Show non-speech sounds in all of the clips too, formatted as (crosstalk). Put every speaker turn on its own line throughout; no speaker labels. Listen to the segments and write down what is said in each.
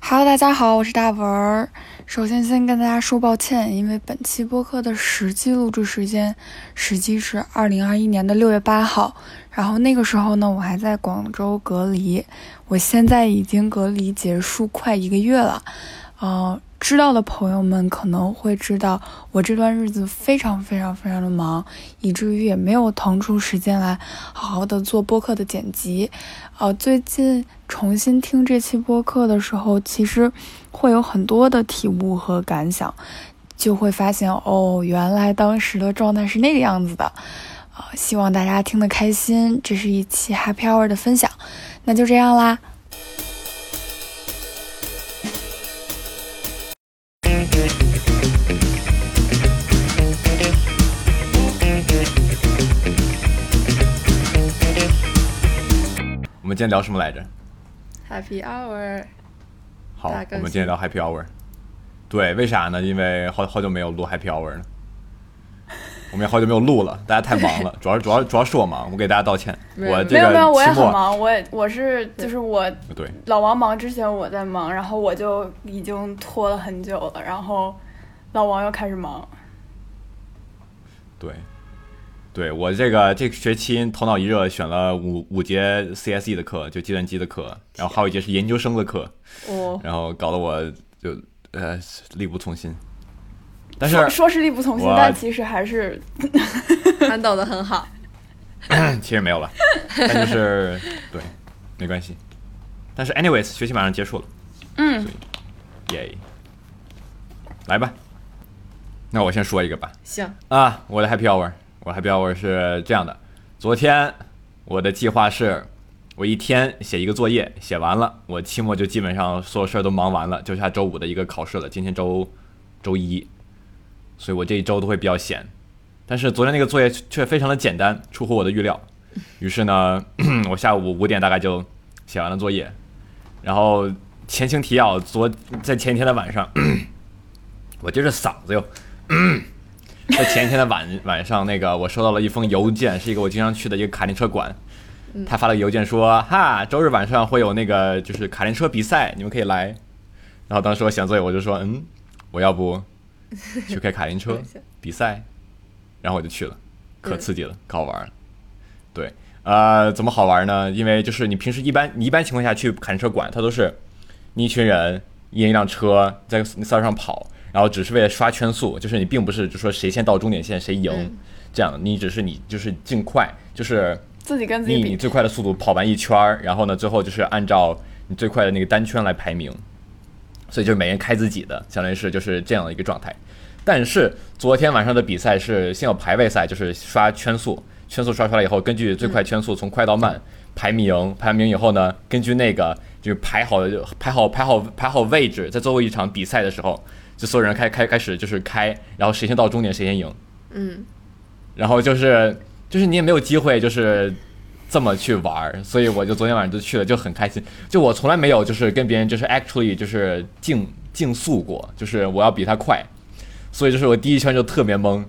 Hello，大家好，我是大文儿。首先，先跟大家说抱歉，因为本期播客的实际录制时间，实际是二零二一年的六月八号。然后那个时候呢，我还在广州隔离，我现在已经隔离结束快一个月了。呃，知道的朋友们可能会知道，我这段日子非常非常非常的忙，以至于也没有腾出时间来好好的做播客的剪辑。呃，最近重新听这期播客的时候，其实会有很多的体悟和感想，就会发现哦，原来当时的状态是那个样子的。呃，希望大家听得开心，这是一期 Happy Hour 的分享，那就这样啦。
我们今天聊什么来着？
Happy
(laughs)
Hour，
好，
大
我
更
们今天聊 Happy Hour。对，为啥呢？因为好好久没有录 Happy
(laughs)
Hour 了，我们也好久没有录了，大家太忙
(laughs)
了，主要主要主要是我忙，我给大家道歉。
没有
我这
没
个
有没有，我也
期
很
末，
忙，我也我是就是我
对，
老王忙之前我在忙，然后我就已经拖了很久了，然后老王又开始忙，
对，对我这个这个学期头脑一热选了五五节 CSE 的课，就计算机的课，然后还有一节是研究生的课，
我
然后搞得我就呃力不从心。但是
说说是力不从心
我，
但其实还是
他抖得很好。
嗯其实没有了，但就是对，没关系。但是，anyways，学期马上结束了，嗯，耶，来吧。那我先说一个吧。
行，
啊，我的 happy hour，我的 happy hour 是这样的：昨天我的计划是，我一天写一个作业，写完了，我期末就基本上所有事儿都忙完了，就下周五的一个考试了。今天周周一，所以我这一周都会比较闲。但是昨天那个作业却非常的简单，出乎我的预料。于是呢， (clears throat) 我下午五点大概就写完了作业，然后前情提要，昨在前一天的晚上， (clears throat) 我这是嗓子哟。在前一天的晚晚上，那个我收到了一封邮件，是一个我经常去的一个卡丁车馆，他发了个邮件说，哈，周日晚上会有那个就是卡丁车比赛，你们可以来。然后当时我写完作业，我就说，嗯，我要不去开卡丁车比赛，然后我就去了，可刺激了，可好玩了。对，呃，怎么好玩呢？因为就是你平时一般你一般情况下去卡丁车馆，它都是你一群人，一人一辆车在赛道上跑，然后只是为了刷圈速，就是你并不是就说谁先到终点线谁赢、这样的，你只是你就是尽快，就是
自己跟自己
你以你
比，
最快的速度跑完一圈儿，然后呢，最后就是按照你最快的那个单圈来排名，所以就是每人开自己的，相当于是就是这样的一个状态。但是昨天晚上的比赛是先有排位赛，就是刷圈速，圈速刷出来以后，
嗯
根据最快圈速从快到慢排名，排名以后呢，根据那个就是排好排好排好排好位置，在最后一场比赛的时候，就所有人开开开始就是开，然后谁先到终点谁先赢。
嗯，
然后就是就是你也没有机会就是这么去玩儿，所以我就昨天晚上就去了，就很开心。就我从来没有就是跟别人就是 actually 就是竞竞速过，就是我要比他快，所以就是我第一圈就特别懵。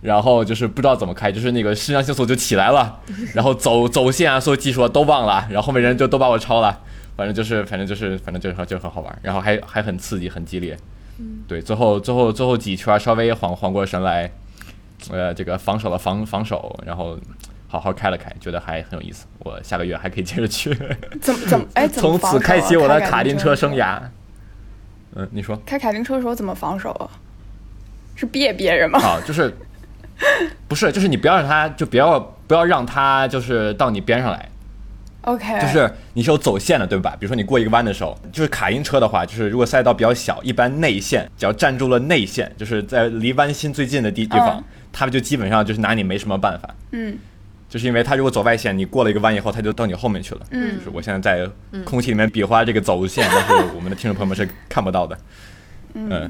然后就是不知道怎么开，就是那个肾上腺素就起来了，然后走走线啊，所有技术啊都忘了，然后后面人就都把我超了，反正就是反正就是反正就是就是很好玩，然后还还很刺激，很激烈。对，最后最后最后几圈稍微缓缓过神来，呃，这个防守了防防守，然后好好开了开，觉得还很有意思。我下个月还可以接着去，
怎么
(laughs)
怎么 (laughs) 哎怎么
从
防
此
守啊
开启我的
开
卡
卡
丁
车
车生。涯。嗯，你说
开卡丁车的时候怎么防守啊？是别别人吗？
啊，就是 (laughs) 不是就是你不要让他就不要不要让他就是到你边上来，
(laughs) OK，
就是你是有走线的，对吧？比如说你过一个弯的时候，就是卡丁车的话，就是如果赛道比较小，一般内线只要站住了内线，就是在离弯心最近的地地方，
嗯
他们就基本上就是拿你没什么办法。
嗯，
就是因为他如果走外线，你过了一个弯以后，他就到你后面去了。嗯，就是我现在在空气里面比划这个走线，但是我们的听众朋友们是看不到的。嗯，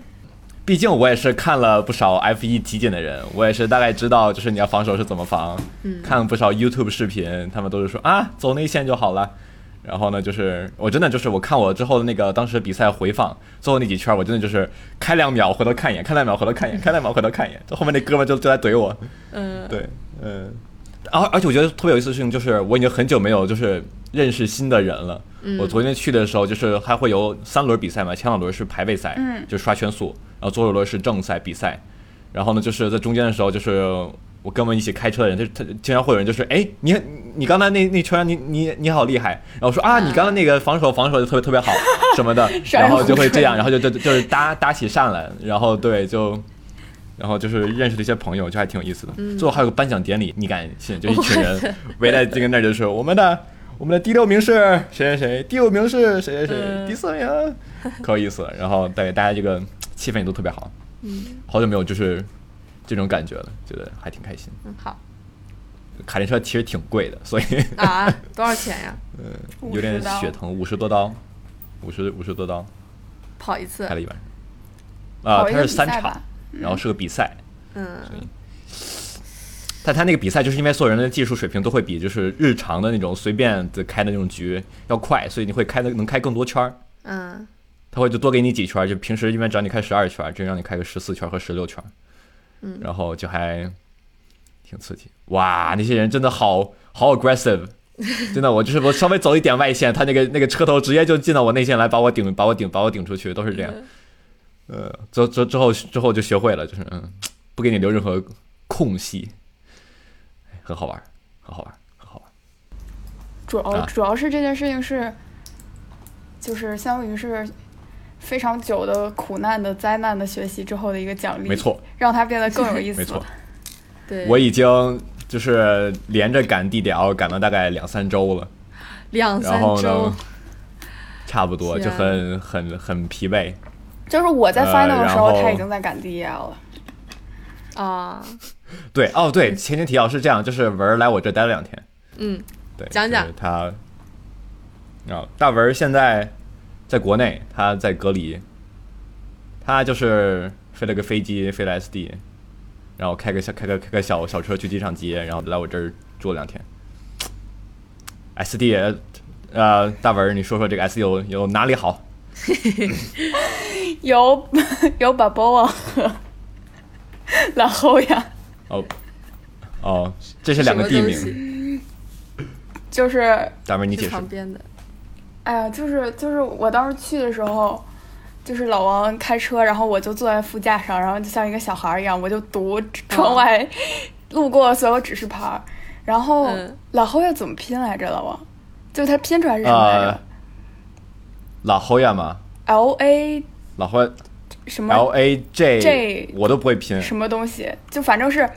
毕竟我也是看了不少 F 一集锦的人，我也是大概知道就是你要防守是怎么防。嗯，看了不少 YouTube 视频，他们都是说啊走内线就好了。然后呢，就是我真的就是我看我之后的那个当时比赛回放，最后那几圈我真的就是开两秒回头看一眼，开两秒回头看一眼，开两秒回头看一眼，就后面那哥们就就在怼我。
嗯，
对，嗯，而而且我觉得特别有意思的事情就是，我已经很久没有就是认识新的人了。
嗯
我昨天去的时候，就是还会有三轮比赛嘛，前两轮是排位赛，
嗯
就刷圈速，然后左右轮是正赛比赛，然后呢，就是在中间的时候，就是我跟我们一起开车的人，他他经常会有人就是，哎，你你刚才那那圈，你你你好厉害，然后我说啊，你刚才那个防守防守就特别特别好什么
(laughs)
的，
甩
然后
红
就会
唇
这样，然后就就就是搭搭起扇来，然后对就。然后就是认识了一些朋友，就还挺有意思的。
嗯
最后还有个颁奖典礼，你敢信？
(laughs)
就一群人围在这个那儿，就是我们的我们的第六名是谁谁谁，第五名是谁谁谁，
嗯
第四名，啊可有意思了。然后对大家这个气氛也都特别好，
嗯
好久没有就是这种感觉了，觉得还挺开心。
嗯好
卡丁车其实挺贵的，所以 (laughs)
啊，多少钱呀？ (laughs)
有点
50刀
血疼，五十多刀，五十五十多刀
跑一次
开，了一晚上。啊、
跑一
它
个
是
比
三
赛
场
吧，
然后是个比赛，
嗯，
但他那个比赛就是因为所有人的技术水平都会比就是日常的那种随便的开的那种局要快，所以你会开的能开更多圈儿。
嗯，
他会就多给你几圈儿，就平时一般只要你开十二圈儿，就让你开个十四圈儿和十六圈儿，嗯，然后就还挺刺激。哇，那些人真的好好 (laughs) aggressive，真的，我就是我稍微走一点外线，他那个那个车头直接就进到我内线来，把我顶把我顶把我顶出去，都是这样。呃，之之之后之后就学会了，就是嗯，不给你留任何空隙，哎很好玩儿，很好玩儿，很好玩儿。
主要、
啊
主要是这件事情是，就是相当于是非常久的苦难的灾难的学习之后的一个奖励，
没错，
让它变得更
(laughs)
有意思
没错
了。，
对，
我已经就是连着赶 DDL 赶了大概两三周了。
两
然
三
后
周啊
呢，，差不多就
天
很很很疲惫。
就是我在
呃
final 的时候，
然后
他已经在赶 DEL 了。
啊，
对，哦对，前情提要是这样，就是文儿来我这待了两天，
嗯，
对，
讲
就是
讲
他。啊，大文儿现在在国内，他在隔离，他就是飞了个飞机飞了 SD，然后开个小开个开个小小车去机场接，然后来我这儿住了两天。SD，呃，大文儿，你说说这个 SD 有有哪里好？
有 (laughs) 有 b a b o a 和 (laughs) 然后呀，
哦哦，这是两个地
什么
名。
东西
就是
大文儿，你解
是
释。
旁边的，
哎呀，就是就是我当时去的时候，就是老王开车，然后我就坐在副驾上，然后就像一个小孩儿一样，我就读窗外路过所有指示牌儿。然后、
嗯
老后要怎么拼来着？老王，就他拼出来是什么来
啊
着、
老侯呃亚嘛，
l A
老侯
什
L
么
A J，
J
我都不会拼。
什么东西？就反正是。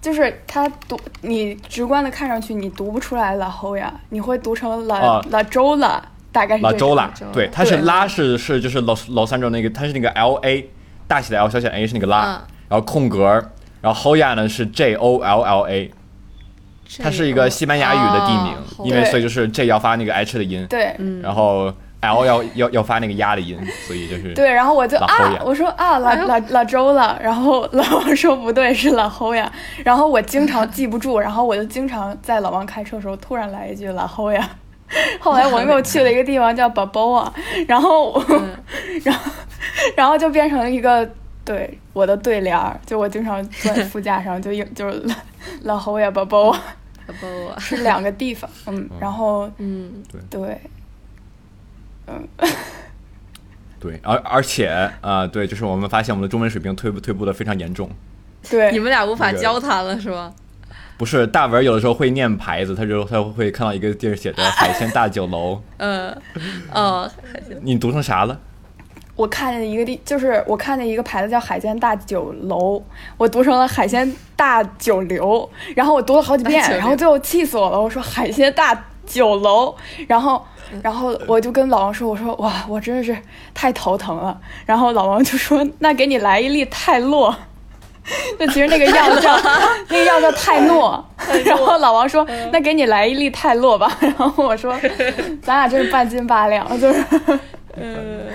就是他读你直观的看上去你读不出来老后呀，你会读成老、
啊
老周了，大概是
拉
这
州
种。
啦
州，
对，它是
对
拉是是就是老老三州那个，它是那个 L A 大写的 L 小写的 A 是那个拉，
嗯
然后空格，然后侯亚呢是 J O L L A，它是一个西班牙语的地名，
哦
因为
对
所以就是 J 要发那个 H 的音，
对，
然后 L 要要要发那个呀的音，所以就是
对，然后我就
老
啊
侯呀，
我说啊，老
哎呦
老老周了，然后老王说不对，是老侯呀。然后我经常记不住，然后我就经常在老王开车的时候突然来一句老侯呀。后来我们又去了一个地方叫 Baboa，然后我，
嗯
然后然后就变成了一个对我的对联儿，就我经常坐在副驾上就有就是老老侯呀
(laughs)
Baboa
要不我，
是两个地方，嗯，然后
嗯，
对
对，而而且啊、呃对，就是我们发现我们的中文水平退步退步的非常严重，
对，
你们俩无法
那个
交谈了是吧？
不是大文有的时候会念牌子，他就他会看到一个地儿写着海鲜大酒楼，
嗯，哦，
你读成啥了？
我看见一个地，就是我看见一个牌子叫海鲜大酒楼，我读成了海鲜大酒流，然后我读了好几遍
大酒，流
然后最后气死我了，我说海鲜大酒楼，然后
嗯
然后我就跟老王说，我说哇，我真的是太头疼了，然后老王就说那给你来一粒泰洛。 (laughs) 那其实那个
(laughs)
药叫那个药叫泰诺，然后老王说：“
嗯
那给你来一粒泰洛吧。”然后我
(laughs)
说：“咱俩真是半斤八两，就是 (laughs)
嗯，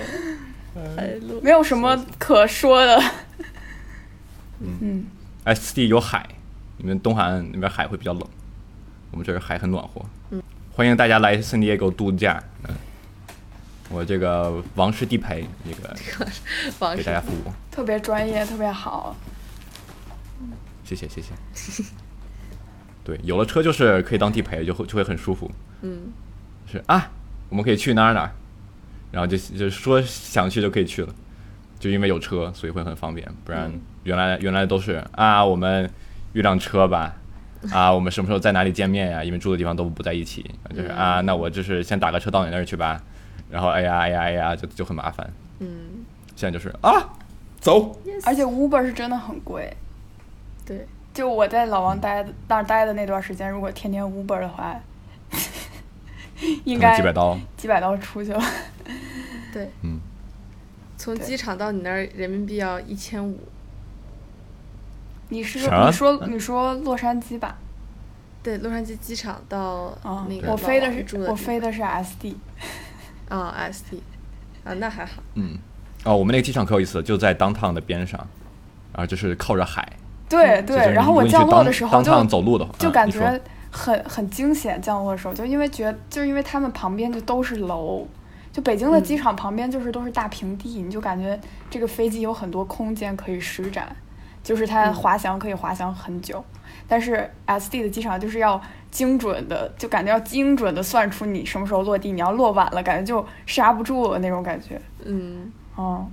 哎录
没有什么可说的。
S D 哎有海，你们东海岸那边海会比较冷，我们这儿海很暖和。欢迎大家来圣地亚哥度假。嗯，我这个王室地陪，这个
王
给
师
大家服务，
特别专业，特别好。
谢谢谢谢。 (laughs) 对，有了车就是可以当地陪，就会就会很舒服。嗯，是啊，我们可以去哪儿哪儿，然后就就说想去就可以去了，就因为有车，所以会很方便。不然原来原来都是啊，我们约辆车吧， (laughs) 啊，我们什么时候在哪里见面呀？因为住的地方都不在一起，就是啊，那我就是先打个车到你那儿去吧，然后哎呀哎呀哎呀，就就很麻烦。
嗯，
现在就是啊，走，
而且 Uber 是真的很贵。
对，
就我在老王待的那儿待的那段时间，如果天天 Uber 的话，应
可能
该
几百刀，
几百刀出去了。
对，
嗯，
从
对
机场到你那儿人民币要一千五，
(laughs) 你是
啥
你说你说洛杉矶吧？
对，洛杉矶机场到
啊、
那个
我飞
老
的
王
是
住的
我飞的是 SD，
啊 SD，啊那还好，
嗯，哦，我们那个机场可有意思了，就在 downtown 的边上，然后就是靠着海。
对对
就是。你
然后
如果
我
你
降
去
落
down-
的时候
downtown
就
走路的话，
就
嗯
感
你说
觉很很惊险，降落的时候就因为觉就是因为他们旁边就都是楼，就北
嗯
京的机场旁边就是都是大平地，你就感觉这个飞机有很多空间可以施展，就是
嗯
它滑翔可以滑翔很久。但是 S D 的机场就是要精准的，就感觉要精准的算出你什么时候落地，你要落晚了，感觉就刹不住了那种感觉。
嗯
哦，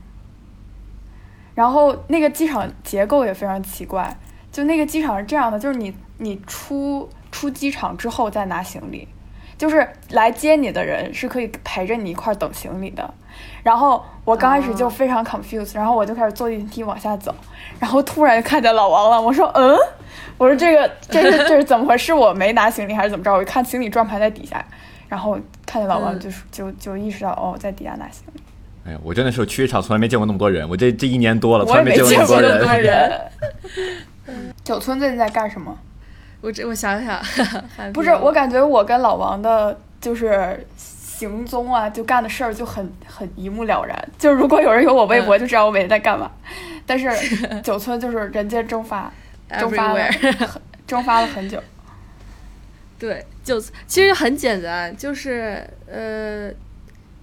然后那个机场结构也非常奇怪，就那个机场是这样的，就是你你出出机场之后再拿行李，就是来接你的人是可以陪着你一块儿等行李的。然后我刚开始就
哦
非常 confused，、然后我就开始坐电梯往下走，然后突然看见老王了，我说嗯，我说这个这是这是怎么回事？我没拿行李还是怎么着？我一看行李转盘在底下，然后看见老王
嗯
就是、就就意识到哦，在底下拿行李。
哎呀，我真的是去一场从来没见过那么多人，我这这一年多了，从
我也
来
没
见过
见
么
过 (laughs)
多
那么多
人。
人。九村最近在干什么？
我这我想想， (laughs) 还
不是，我感觉我跟老王的，就是行踪啊，就干的事儿就很很一目了然。就如果有人有我微博，
嗯
就知道我每天在干嘛。但 (laughs) 是九村就是人间蒸发，蒸发了
Everywhere (laughs)
很， (laughs) 蒸发了 (laughs) 很久。
对，就其实很简单，就是呃，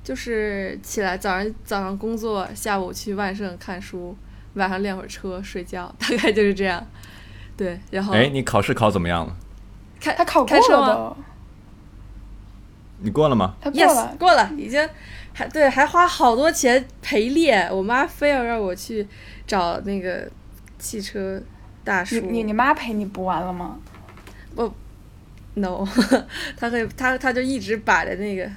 就是起来早上早上工作，下午去万盛看书，晚上练会儿车，睡觉， (laughs) 大概就是这样。对，然后
哎，你考试考怎么样了？
开
他考过
开车吗
了
你过了吗？
的，他过了
Yes，。过了，已经还对，还花好多钱陪练。我妈非要让我去找那个汽车大
你
叔。
你你妈陪你补完了吗？
no，他 (laughs) 会他他就一直摆着那个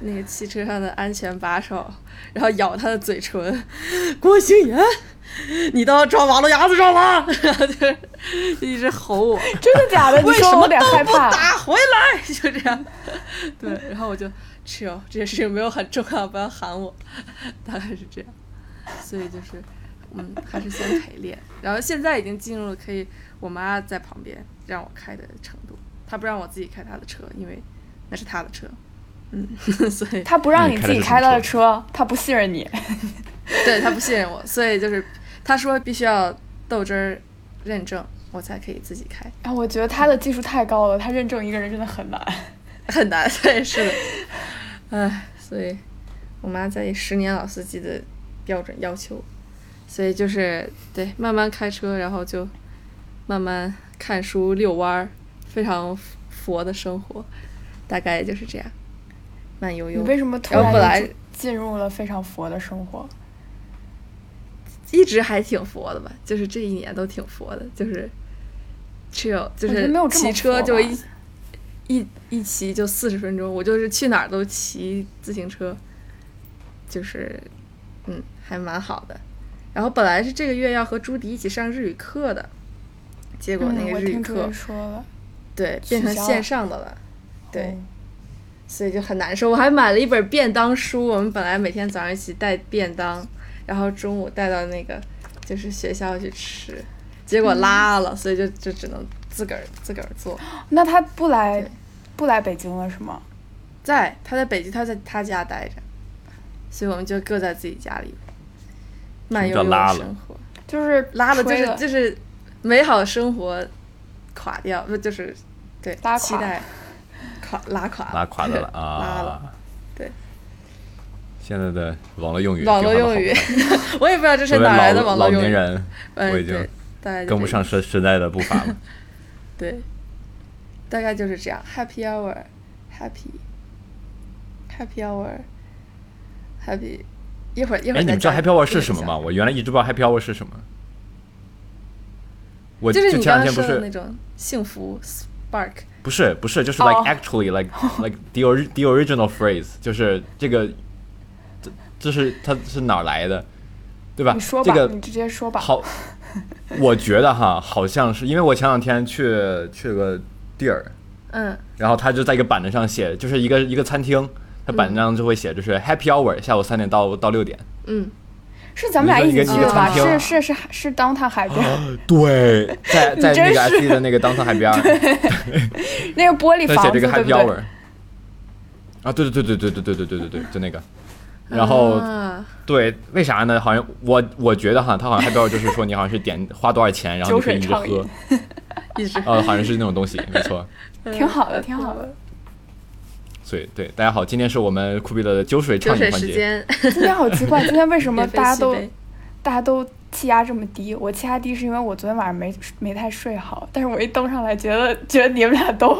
那个汽车上的安全把手，然后咬他的嘴唇。郭兴元，你当撞马路牙子撞吗？ (laughs) 然后就是就一直吼我，
(laughs) 真的假 (laughs) 的？你
为什
说我
么
有点害
都不
怕。
打回来？就这样。 (laughs) 对，然后我就 chill，这件事情没有很重要，不要喊 (laughs) 我，大概是这样。所以就是，嗯，还是先陪练。然后现在已经进入了可以我妈在旁边让我开的程度，她不让我自己开她的车，因为那是她的车。嗯，所以
他不让
你
你
开
自
的
己
是什么
开他的车，他不信任你。 (laughs)
对她不信任我，所以就是她说必须要豆汁儿认证，我才可以自己开，
啊，我觉得他的技术太高了，他认证一个人真的很难。
(laughs) 很难。对，是的。 (laughs) 唉，所以我妈在以十年老司机的标准要求，所以就是对慢慢开车，然后就慢慢看书、遛弯儿，非常佛的生活，大概就是这样，慢悠
你
悠。
为什么突
然后
然
本来
就进入了非常佛的生活？
一直还挺佛的吧，就是这一年都挺佛的，就是 chill，就
我觉得
是
没有这么
骑车
佛
就
吧
一一一骑就四十分钟，我就是去哪儿都骑自行车，就是嗯还蛮好的。然后本来是这个月要和朱迪一起上日语课的，结果那
嗯、
个
我
日语
听主
课、
任说了，
对变成
取消了
线上的了，对。
哦
所以就很难受。我还买了一本便当书，我们本来每天早上一起带便当，然后中午带到那个就是学校去吃，结果拉
嗯
了，所以就就只能自个儿自个儿做。
那他不来
对
不来北京了是吗？
在他在北京，他在他家待着，所以我们就各在自己家里慢悠悠
什么叫拉
的
了
生活。
就是
拉了就
吹
是
了
就是美好生活垮掉，不就是对
拉垮
期待垮拉垮
拉垮
(laughs)
的了啊，
拉了。对。
现在的网络用语，
网络
变化得
用语
(laughs)
好快，
(laughs) 我也不知道这是
作为
哪儿来的
老
网络
老
用语。
年人，
嗯，
我已
对
经
大概就
跟不
这
上
个
时时代的步伐
(laughs)
了。
对，大概就是这样。Happy hour，happy Happy Hour，Happy，一会儿一
哎，
会儿
你
再
们知道
讲
Happy Hour 是什么？
一会
吗？
儿
我原来一直不知道 Happy Hour 是什么。我
再讲就是你
前
刚
两天
刚
不是
说的那种幸福 spark，
不是不是，就是 like
哦
actually like like the ori- the original phrase，就是这个，这这是它是哪儿来的，对吧？
你说吧，
这个
你直接说吧。
好，我觉得哈，好像是因为我前两天去去了个地儿，
嗯
然后他就在一个板子上写，就是一个一个餐厅，他板
嗯
子上就会写就是 Happy Hour，下午三点到到六点。
嗯，
是咱们俩一起去的吧？
你说一个
是是是是当他海边、
哦对，在在那个 S E 的那个 downtown 海边儿，
那个
(laughs)
玻璃
他
房
写
子，
这个
对不
Happy
对
Hour。？啊，对对对对对对对对对对对，就那个。然后
啊
对，为啥呢？好像我我觉得哈，他好像 Happy Hour 就是说你好像是
(laughs)
点花多少钱，然后你可以一直
酒水
喝
畅，
一直
呃，好像是那种东西，没
(laughs)
错。
挺好的，挺好的。
嗯
所以对，大家好，今天是我们酷比的酒水畅
酒
饮
水
环
时
节。
间，
今天好奇怪，今天
(laughs)
为什么
免费
大家
续
都
杯
大家都气压这么低？我气压低是因为我昨天晚上没没太睡好，但是我一登上来，觉得觉得你们俩都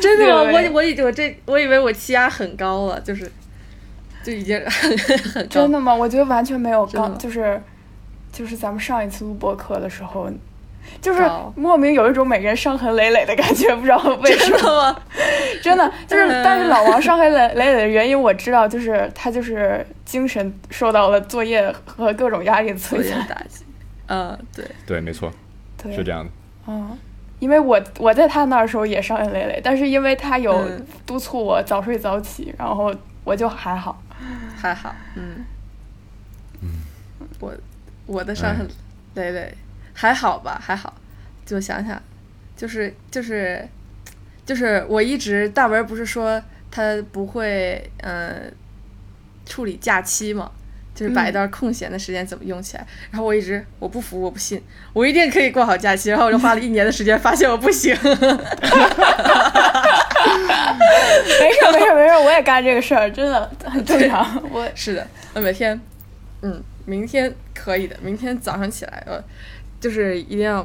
真的吗？
对
我我以我这我以为我气压很高了，就是就已经 (laughs) 很很高
真。的吗？我觉得完全没有
真的
刚就是就是咱们上一次录播课的时候，就是
高
莫名有一种每个人伤痕累累的感
(laughs)
觉，不知道为什
真
么。
的吗？
真的就是，
嗯
但是老王伤害累累累的原因我知道，就是他就是精神受到了作业和各种压力的
我
摧
也
残。
打击。嗯，对，
对，没错，
对，
是这样的。
嗯，因为我我在他那儿的时候也伤痕累累，但是因为他有
嗯
督促我早睡早起，然后我就还好。
还好。嗯，我我的伤痕累累，还好吧，还好。就想想，就是就是就是，我一直大文不是说他不会嗯处理假期嘛，就是把一
嗯
段空闲的时间怎么用起来。然后我一直我不服，我不信，我一定可以过好假期。然后我就花了一年的时间，发现我不行。
没事儿没事儿没事儿，我也干这个事儿，真的很正常。我
是的，我每天，嗯，明天可以的，明天早上起来，呃，就是一定要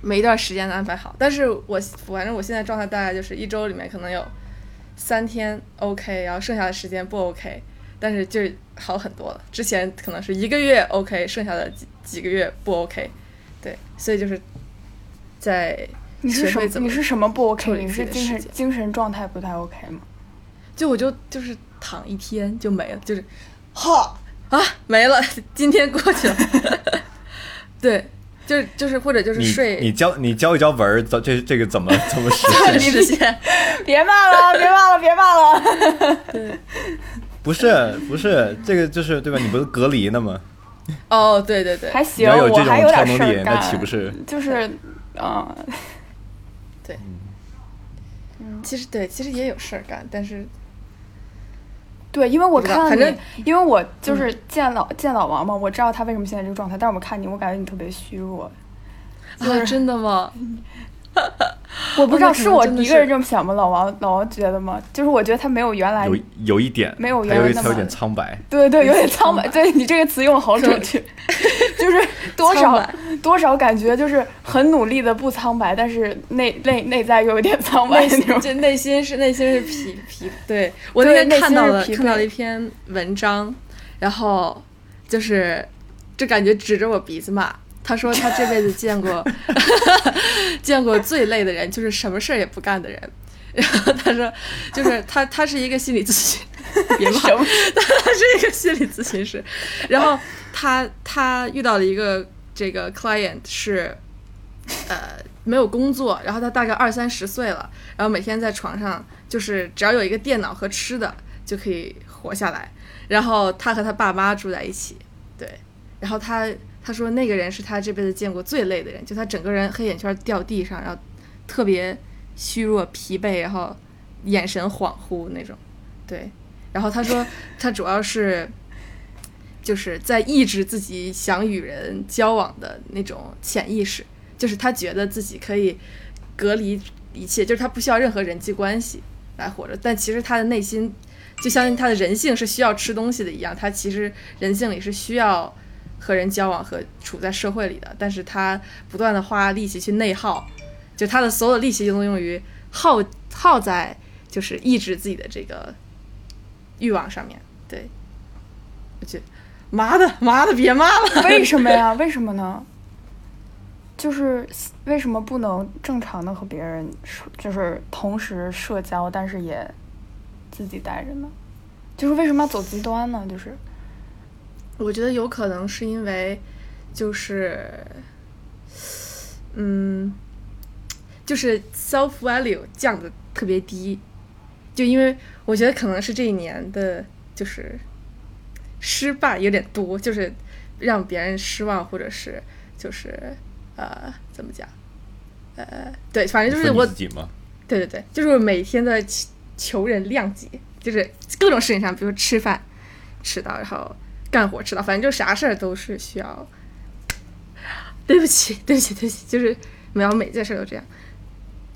每一段时间的安排好。但是我反正我现在状态大概就是一周里面可能有三天 OK，然后剩下的时间不 OK，但是就好很多了。之前可能是一个月 OK，剩下的几几个月不 OK，对，所以就是在
你是
学
什
会
么
怎么
你是什么不
处
OK？
理
你
自己
是
的
精神
时间
精神状态不太 OK
(laughs)
吗？
就我就就是躺一天就没了，就是，哈啊没了， (laughs) 今天过去 (laughs) 了。对，就是就是或者就是
你
睡， (laughs)
你教你教一教文儿，这这这个怎么怎么实现？
实现。
别骂了，别骂了，别骂了。
不是不是，这个就是对吧？你不是隔离呢吗？
哦，对对对，
(laughs) 还
你
行，
要有
我
这种
还有
超
点
能
事
力
儿，
那
干。
岂不是？
就是，嗯，
其实对，其实也有事儿干，但是
对，因为我
不知
看
道
到
反正嗯
你，因为我就是见老、见老王嘛，我知道他为什么现在这个状态，但是我看你，我感觉你特别虚
哦
弱。
啊，真的 (laughs) 吗？
我不知道
那可能
是我
真的
一个人
是
这么想吗？老王，老王觉得吗？就是我觉得他没有
哎
原来
有有一点，
没有
他
原来
有一
那
他有
么
点苍白。
对对，有点苍
嗯
白。对你这个词用的好准确，就是多
苍
少
白
(laughs) 多少感觉就是很努力的不苍白，但是内内内在又有点苍白
内
那
心
种。
这内心是内心是疲疲，对我那
对
天
内
看
心
到
是
了
疲
看到
惫
了一篇文章，然后就是就感觉指着我鼻子骂，他说他这辈子见
(laughs)
过见过最累的人，就是什么事儿也不干的人。然后他说，就是他他是一个心理咨询，别骂，
什
他
么
是一个心理咨询师，然后他他遇到了一个这个 client 是，呃，没有工作，然后他大概二三十岁了，然后每天在床上就是只要有一个电脑和吃的就可以活下来，然后他和他爸妈住在一起，对，然后他他说那个人是他这辈子见过最累的人，就他整个人黑眼圈掉地上，然后特别虚弱疲惫，然后眼神恍惚那种，对。然后他说他主要是就是在抑制自己想与人交往的那种潜意识，就是他觉得自己可以隔离一切，就是他不需要任何人际关系来活着，但其实他的内心就像他的人性是需要吃东西的一样，他其实人性里是需要和人交往和处在社会里的，但是他不断的花力气去内耗，就他的所有力气都用于耗耗在就是抑制自己的这个欲望上面。对，我觉得妈的妈的别骂了，
为什么 (laughs) 呀？为什么呢？就是为什么不能正常的和别人说，就是同时社交，但是也自己待着呢？就是为什么要走极端呢？就是
(laughs) 我觉得有可能是因为，就是，嗯，就是 self value 降的特别低，就因为我觉得可能是这一年的，就是失败有点多，就是让别人失望，或者是就是呃怎么讲，呃对，反正就
你说
是
你
我
自己吗？
对对对，就是每天的求求人谅解，就是各种事情上，比如说吃饭迟到，然后干活迟到，反正就啥事儿都是需要。对不起，对不起，对不起，就是每要每件事都这样。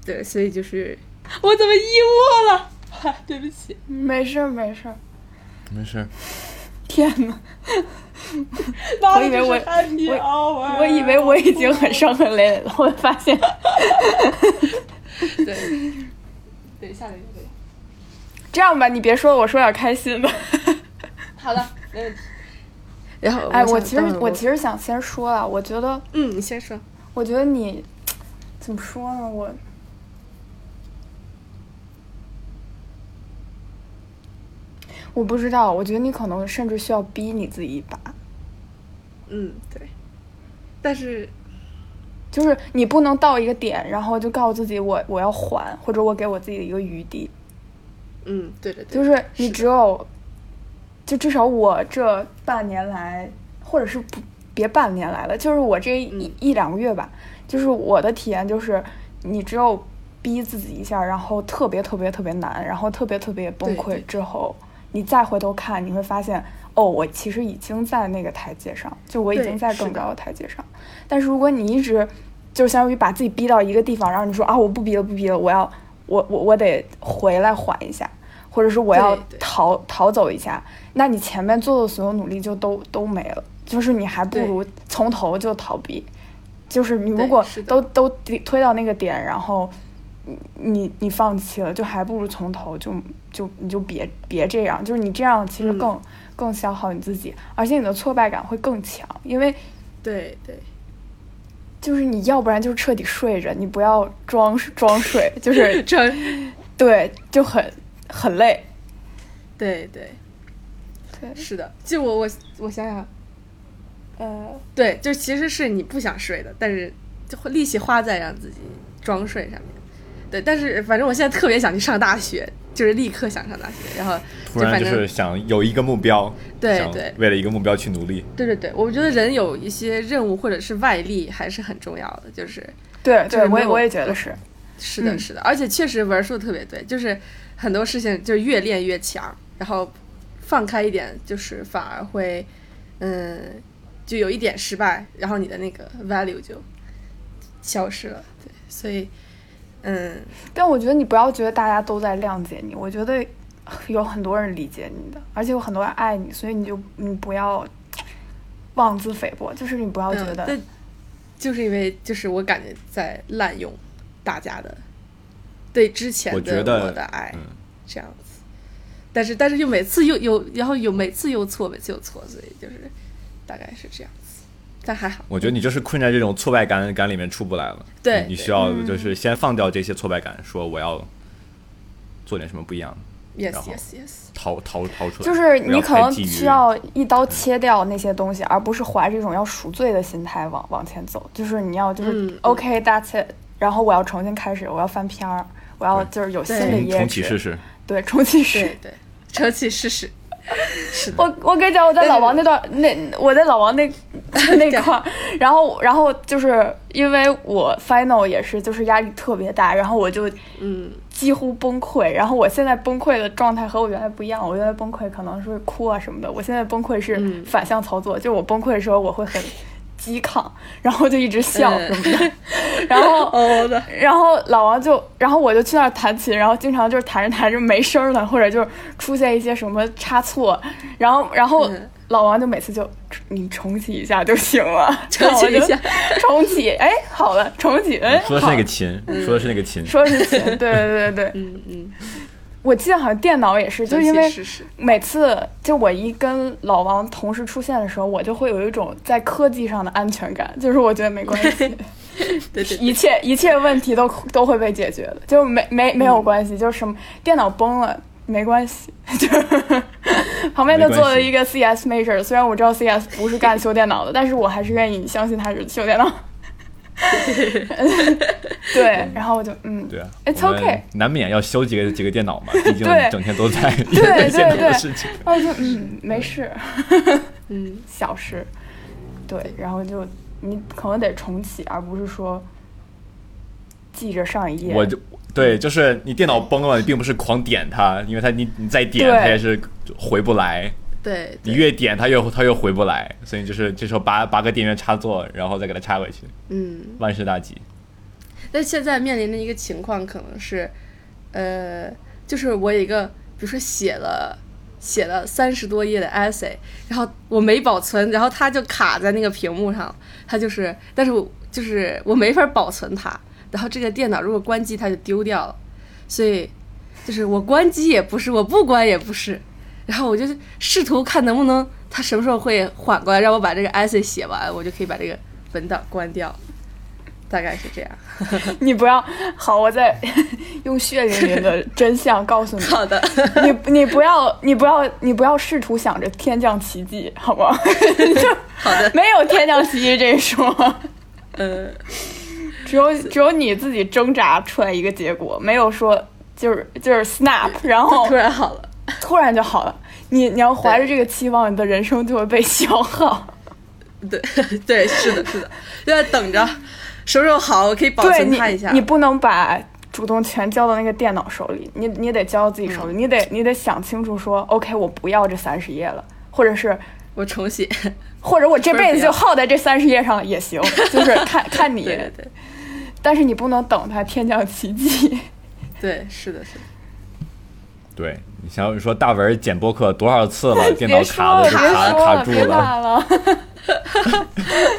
对，所以就是我怎么遗忘了？ (laughs) 对不起，
没事儿没事儿。
没事，
天哪！
我
以为我
我
我以为我已经很伤痕累累了，我发现
对对下个月对。
这样吧，你别说，我说点开心的。
好了，没问题。然后
哎，我
想
其实
等
我其实想先说啊，我觉得
嗯，你先说。
我觉得你怎么说呢？我我不知道，我觉得你可能甚至需要逼你自己一把，
嗯，对。但是
就是你不能到一个点，然后就告诉自己我我要还，或者我给我自己一个余地，
嗯，对对对，
就是你
是
只有，就至少我这半年来，或者是不别半年来了，就是我这一、
嗯
一两个月吧，就是我的体验就是，你只有逼自己一下，然后特别特别特别难，然后特别特别崩
对对
溃之后，你再回头看，你会发现，哦，我其实已经在那个台阶上，就我已
对
经在
是
更
的
高的台阶上。但是如果你一直就相当于把自己逼到一个地方，然后你说啊，我不逼了，不逼了，我要我我我得回来缓一下，或者是我要
对对
逃逃走一下，那你前面做的所有努力就都都没了，就是你还不
对
如从头就逃避。就是你如
对
果
是的
都都推推到那个点，然后你你你放弃了，就还不如从头就就你就别别这样，就是你这样其实
嗯
更、更消耗你自己，而且你的挫败感会更强，因为
对对。
就是你要不然就彻底睡着，你不要装装睡，就是
这，
对，就很很累。
(laughs) 对对，
对，
是的。就我我我想想，
呃，
对，就其实是你不想睡的，但是就会力气花在让自己装睡上面。对，但是反正我现在特别想去上大学，就是立刻想上大学，然后
突
就
然
反
就
正
是想有一个目标，
对
想
对
为了一个目标去努力。
对对对，我觉得人有一些任务或者是外力还是很重要的，就是
对
就是
对，我
没
也
有
我也觉得是，
是的，
嗯
是的，而且确实文数特别对，就是很多事情就是越练越强，然后放开一点，就是反而会，嗯，就有一点失败，然后你的那个 value 就消失了。对，所以，嗯，
但我觉得你不要觉得大家都在谅解你，我觉得有很多人理解你的，而且有很多人爱你，所以你就你不要妄自菲薄，就是你不要
我
觉得、
但就是因为就是我感觉在滥用大家的对之前
我觉
的
得
我的爱
嗯，
这样子，但是但是又每次又又然后有每次又错，每次又错，所以就是大概是这样子，但还好。
我觉得你就是困在这种挫败感感里面出不来了。
对
你你
对
需要
嗯
就是先放掉这些挫败感，说我要做点什么不一样的，
Yes,
然后
yes, yes。
逃逃逃出来。
就是
不要
你可
太
能
基于
需要一刀切掉那些东西，而不是怀着一种要赎罪的心态往往前走。就是你要就是、
嗯嗯
OK that's it，然后我要重新开始，我要翻篇儿，我要
对
就是有新
对
的
嗯重
椰
重启试试。
对重启试
对。对，扯起试试。
我我跟你讲，我在
但是
老王那段那我在老
(laughs)
王那那块儿，然后然后就是因为我 final 也是就是压力特别大，然后我就
嗯，
几乎崩溃。然后我现在崩溃的状态和我原来不一样，我原来崩溃可能是哭啊什么的，我现在崩溃是
嗯
反向
(laughs)
操作，就是我崩溃的时候我会很激抗，然后就一直笑
嗯
什
(laughs)
么的，然后
哦的，
然后老王就，然后我就去那儿弹琴，然后经常就是弹着弹着没声儿了，或者就是出现一些什么差错，然后然后
嗯
老王就每次就你重启一下就
(laughs)
行了，
重启一下，
重启，哎，好了，重启，哎，
说的是那个
好
琴，说的是那个琴。
说是琴，对对对对，
嗯嗯，
我记得好像电脑也是，就因为
试试
每次就我一跟老王同时出现的时候，我就会有一种在科技上的安全感， (laughs) 就是我觉得没关系，
对对对
一切一切问题都都会被解决的，就没没没有关系，就是什么电脑崩了没关系， (laughs) 就是旁边就坐了一个 CS major，虽然我知道 CS 不是干修电脑的，但是我还是愿意相信他是修电脑。对，然后我就嗯，
对啊
It's
我们
okay
难免要修几个几个电
(laughs)
脑嘛，毕竟
对
整天都在 (laughs)
对对
一些别的
对
事情。
然后我就嗯没事，
嗯，
小事，对，然后就你可能得重启，而不是说记着上一页。
我就对，就是你电脑崩了，你并不是狂点它，因为它你你再点
对
它也是回不来，
对，
你
对
越点它越它越回不来，所以就是这时候拔拔个电源插座，然后再给它插回去，
嗯。
万事大吉。
但现在面临的一个情况可能是，呃，就是我有一个，比如说写了写了三十多页的 essay，然后我没保存，然后它就卡在那个屏幕上，它就是，但是我就是我没法保存它，然后这个电脑如果关机它就丢掉了，所以就是我关机也不是，我不关也不是，然后我就试图看能不能它什么时候会缓过来，让我把这个 essay 写完，我就可以把这个文档关掉，大概是这样。
(laughs) 你不要好，我再 (laughs) 用血淋
(laughs)，
淋的真相告诉你
好的， (laughs)
你你不要你不要你不要试图想着天降奇迹，好吗？ (laughs)
好的，
没有天降奇迹这一说，
呃，
只有只有你自己挣扎出来一个结果，没有说就是就是 snap，然后
突然好了，
突然就好了。你你要怀着这个期望，你的人生就会被消耗。
对 (laughs) 对，是的，是的，就在等着什么时候好，我可以保
对
存
你
它一下。
你不能把主动权交到那个电脑手里，你你得交到自己手里，你得你得想清楚说，OK，我不要这三十页了，或者是
我重 (laughs) 写，
或者我这辈
不
子
是不要
就耗在这三十页上了也行，就是看看你，
对对对
但是你不能等它天降奇迹。
对，是的，是的，
对你想你说大文剪播客多少次了，电脑
别说
卡了
了，别
就
说
卡卡住
别骂了。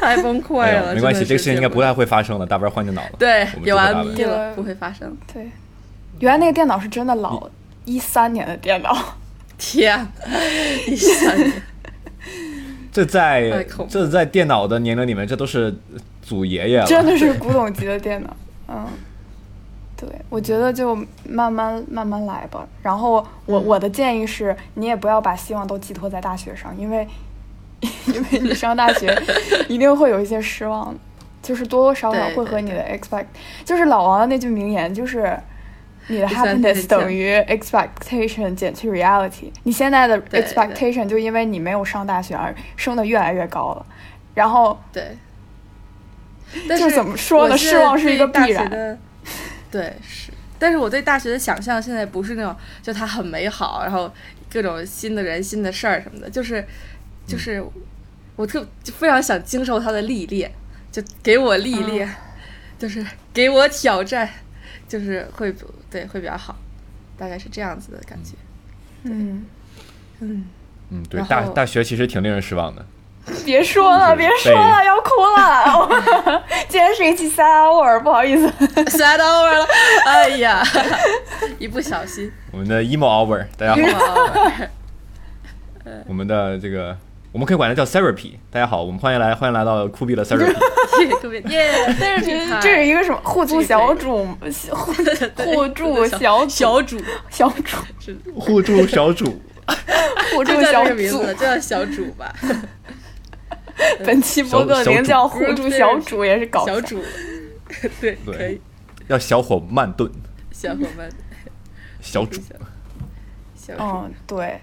太崩溃
哎没
了，
有没关系，
真的
这个事情应该不
太
太会发生的。大文换电脑了，
对
我，们祝福
有完
大
毕
文。
了，不会发生。
对，原来那个电脑是真的老，一三年的电脑。
天，啊 (laughs) 一下子
这
太
在
恐怖
这在电脑的年龄里面，这都是祖爷
啊
爷了。
真的是古董级
(laughs)
的电脑。嗯，对，我觉得就慢慢慢慢来吧。然后
嗯
我我的建议是，你也不要把希望都寄托在大学上，因为 (laughs) 因为你上大
(laughs)
学一定会有一些失望的，就是多多少少
对
会
对
和你的 expect，就是老王的那句名言，就是。你的
Expectation
happiness 等于 expectation 减去 reality。你现在的
对对
expectation 就因为你没有上大学而升的越来越高了，然后
对。但
就是怎么说呢
我现
失望
在
是一个
对大
必
学
然 (laughs)
的。对，是。但是我对大学的想象现在不是那种就它很美好，然后各种新的人、新的事儿什么的，就是
嗯
就是我特就非常想经受它的历练，就给我
哦
历练，就是给我挑战，就是会对会比较好，大概是这样子的感觉。
嗯，
嗯，
嗯，对，
然
大
后
大学其实挺令人失望的。
别说了，
就是
别说了，要
(laughs)
哭了。今天是一期三 hour，不好意思。
(laughs) 啥到我了，哎呀， (laughs) 一不小心，
我们的 emo hour，大家好，
(laughs) 哇，
我们的这个我们可以管它叫 therapy。大家好，我们欢迎来欢迎来到酷毙的 therapy。
特别 (laughs) 耶，但
这这是一个什么互助小组？互
(laughs)
互助小组
小主，
小组
是的
互助小组，
互助
就叫
小
这个名
组。
字，就叫小主吧，
本期播客
小
名
小
叫
组
互助小组，也是搞笑
哦小。主， (laughs) 对，
对
可以，
要小火慢炖
小伙伴，
小主。
小主，
嗯，对。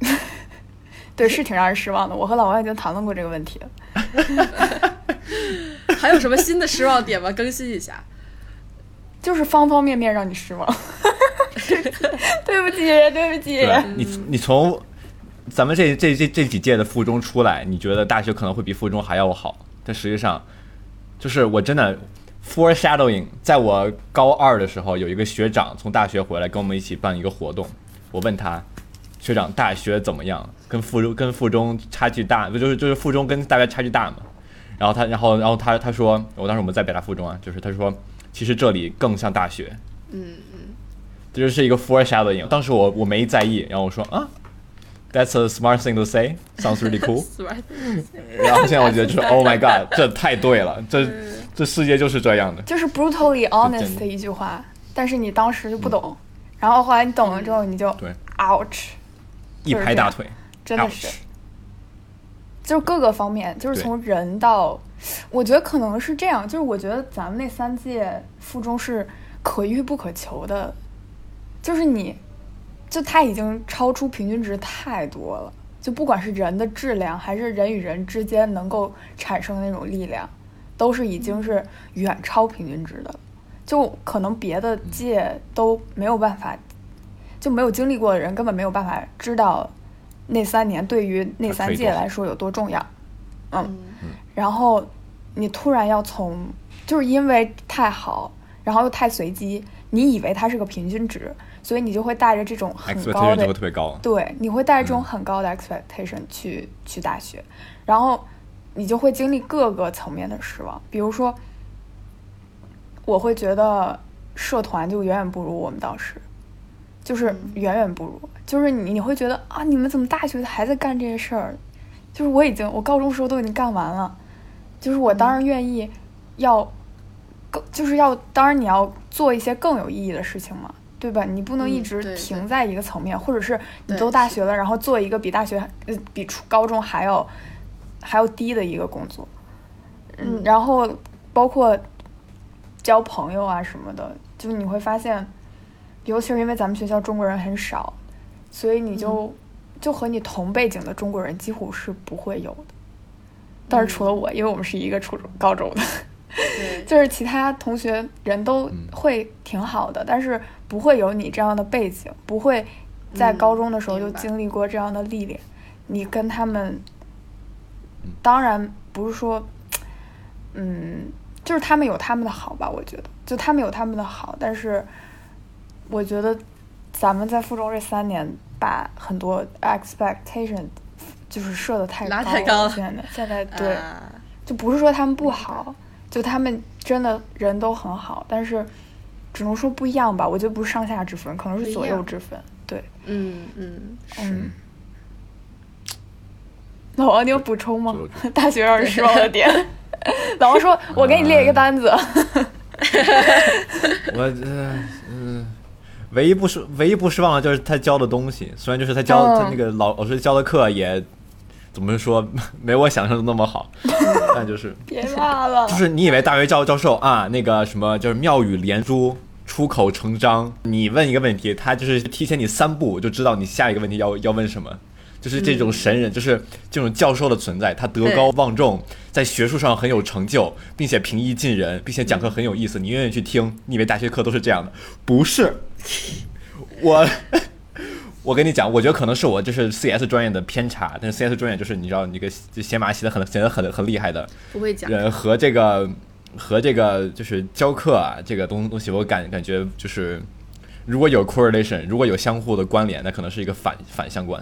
(laughs) 对，是挺让人失望的。我和老王已经谈论过这个问题了。
还有什么新的失望点吗？更新一下，
就是方方面面让
(laughs)
你失望。 (laughs) 对不起，对不起。
对你，你从咱们这这这这几届的附中出来，你觉得大学可能会比附中还要好，但实际上，就是我真的 foreshadowing，在我高二的时候，有一个学长从大学回来跟我们一起办一个活动，我问他，学长大学怎么样？跟附中跟附中差距大，不就是就是附中跟大学差距大嘛？然后他，然后然后他他说，我当时我们在北大附中啊，就是他说，其实这里更像大学，
嗯嗯，
这就是一个 foreshadowing。当时我我没在意，然后我说啊，That's a smart thing to say, sounds really
(laughs)
cool
死玩意儿
然后现在我觉得就是 Oh my God，这太对了，这这世界就是这样的。
嗯就是 brutally honest
真
的
的嗯
一句话，但是你当时就不懂，然后后来你懂了之后，你就
对
ouch，
一拍大腿，
真的是
ouch
就是各个方面，就是
对
从人到，我觉得可能是这样，就是我觉得咱们那三届附中是可遇不可求的，就是你，就它已经超出平均值太多了，就不管是人的质量，还是人与人之间能够产生的那种力量，都是已经是远超平均值的了，就可能别的届都没有办法，就没有经历过的人根本没有办法知道那三年对于那三届来说有多重要。嗯，然后你突然要从，就是因为太好，然后又太随机，你以为它是个平均值，所以你就会带着这种很高
，expectation
的
就会特别高。
对，你会带着这种很
嗯
高的 expectation 去、去大学，然后你就会经历各个层面的失望。比如说，我会觉得社团就远远不如我们当时，就是
嗯
远远不如，就是你你会觉得啊，你们怎么大学还在干这些事儿？就是我已经我高中时候都已经干完了，就是我
嗯
当然愿意要更，就是要当然你要做一些更有意义的事情嘛，对吧？你不能一
嗯对
直
对
停在一个层面，或者是你
对
都大学了，然后做一个比大学呃比初高中还要还要低的一个工作，嗯，然后包括交朋友啊什么的，就是你会发现，尤其是因为咱们学校中国人很少，所以你就、就和你同背景的中国人几乎是不会有的。但是除了我，因为我们是一个初中、高中的，
对，
就是其他同学人都会挺好的，但是不会有你这样的背景，不会在
嗯
高中的时候就
明白
经历过这样的历练。你跟他们，当然不是说，嗯，就是他们有他们的好吧，我觉得，就他们有他们的好，但是我觉得咱们在附中这三年，把很多 expectation 就是设的太
拉
高
太高了
现在现在对。
啊
就不是说他们不好，就他们真的人都很好，但是只能说不一样吧。我觉得不是上下之分，可能是左右之分。对，
嗯嗯，
嗯。老王，你有补充吗
左右？
大学让人失望的点。老王说：“我给你列一个单子。
(laughs) 我呃嗯，唯一不失唯一不失望的就是他教的东西，虽然就是他教、
嗯
他那个老老师教的课也怎么说 (laughs) 没我想象的那么好，但就是”
别骂了
就。是你以为大学教教授啊那个什么就是妙语连珠。出口成章，你问一个问题，他就是提前你三步就知道你下一个问题要要问什么，就是这种神人，就是这种教授的存在，他德
对
高望重，在学术上很有成就，并且平易近人，并且讲课很有意思，你愿意去听。你以为大学课都是这样的？不是，我 (laughs) 我跟你讲，我觉得可能是我就是 CS 专业的偏差，但是 CS 专业就是你知道，你个就写码写的很写的很很厉害的
不会讲，
人和这个和这个就是教课啊这个东东西，我感感觉就是如果有 correlation，如果有相互的关联，那可能是一个反反相关。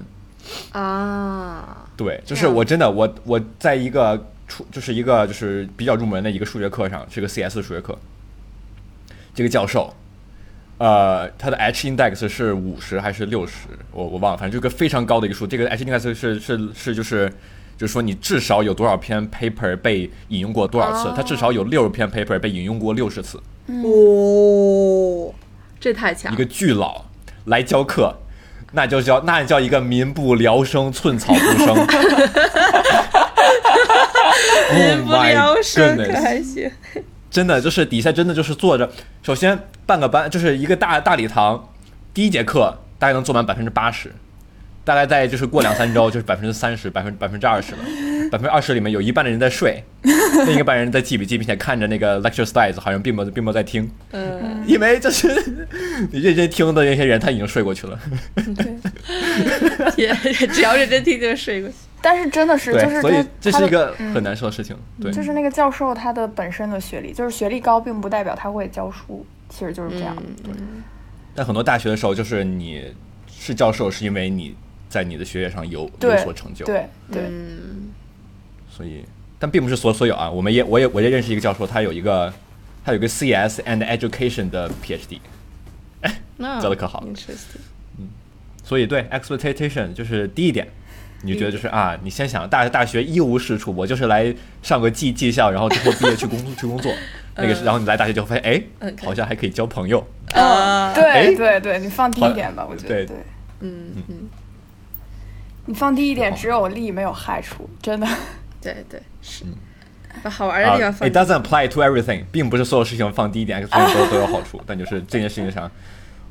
啊，
对，就
这
是
样
我真的我我在一个初就是一个就是比较入门的一个数学课上，是个 CS 的数学课，这个教授，呃，他的 H index 是五十还是六十，我我忘了，反正就个非常高的一个数。这个 H index 是是是就是就是说你至少有多少篇 paper 被引用过多少次，他至少有六十篇 paper 被引用过六十次。
嗯
哦，这太强
一个巨佬来教课，那就叫那叫一个民不聊生，寸草不生。民
不聊生可还行，
Oh 真的就是底下真的就是坐着，首先半个班就是一个大大礼堂，第一节课大概能坐满百分之八十，大概在就是过两三周就是百分之三十、百分百分之二十了，百分之二十里面有一半的人在睡，另一个半人在记笔记，并且看着那个 lecture slides 好像并没有并没有在听，
(laughs)
嗯，
因为就是 (laughs) 你认真听的那些人他已经睡过去了。
也只要认真听就睡过去，
但是真的是，就
对，
是
所以这
他
是一
他的嗯
个很难受的事情。对，
就是那个教授他的本身的学历，就是学历高并不代表他会教书，其实就是这样。
但很多大学的时候，就是你是教授，是因为你在你的学业上有有
对
所成就，，
对对，
嗯，
所以但并不是所所有啊。我们也我也我也认识一个教授，他有一个他有一个 CS and Education 的 PhD，
那
教的可好了。
Interesting。
所以对 expectation 就是低一点，你觉得
嗯
就是啊，你先想大大学一无是处，我就是来上个技技校，然后之后毕业去工去工
(laughs)
作，那个是，然后你来大学就发现，哎，
嗯可以
好像还可以交朋友，
哦
啊，
哎
对对对，你放低一点吧，
好
我觉得
对
对。
嗯嗯，
你放低一点，
好
只有利没有害处，真的。
对对是，把好玩的
啊
地方放
，it
进去。
doesn't apply to everything，并不是所有事情放低一点 expectation 都都有好处，但就是这件事情上，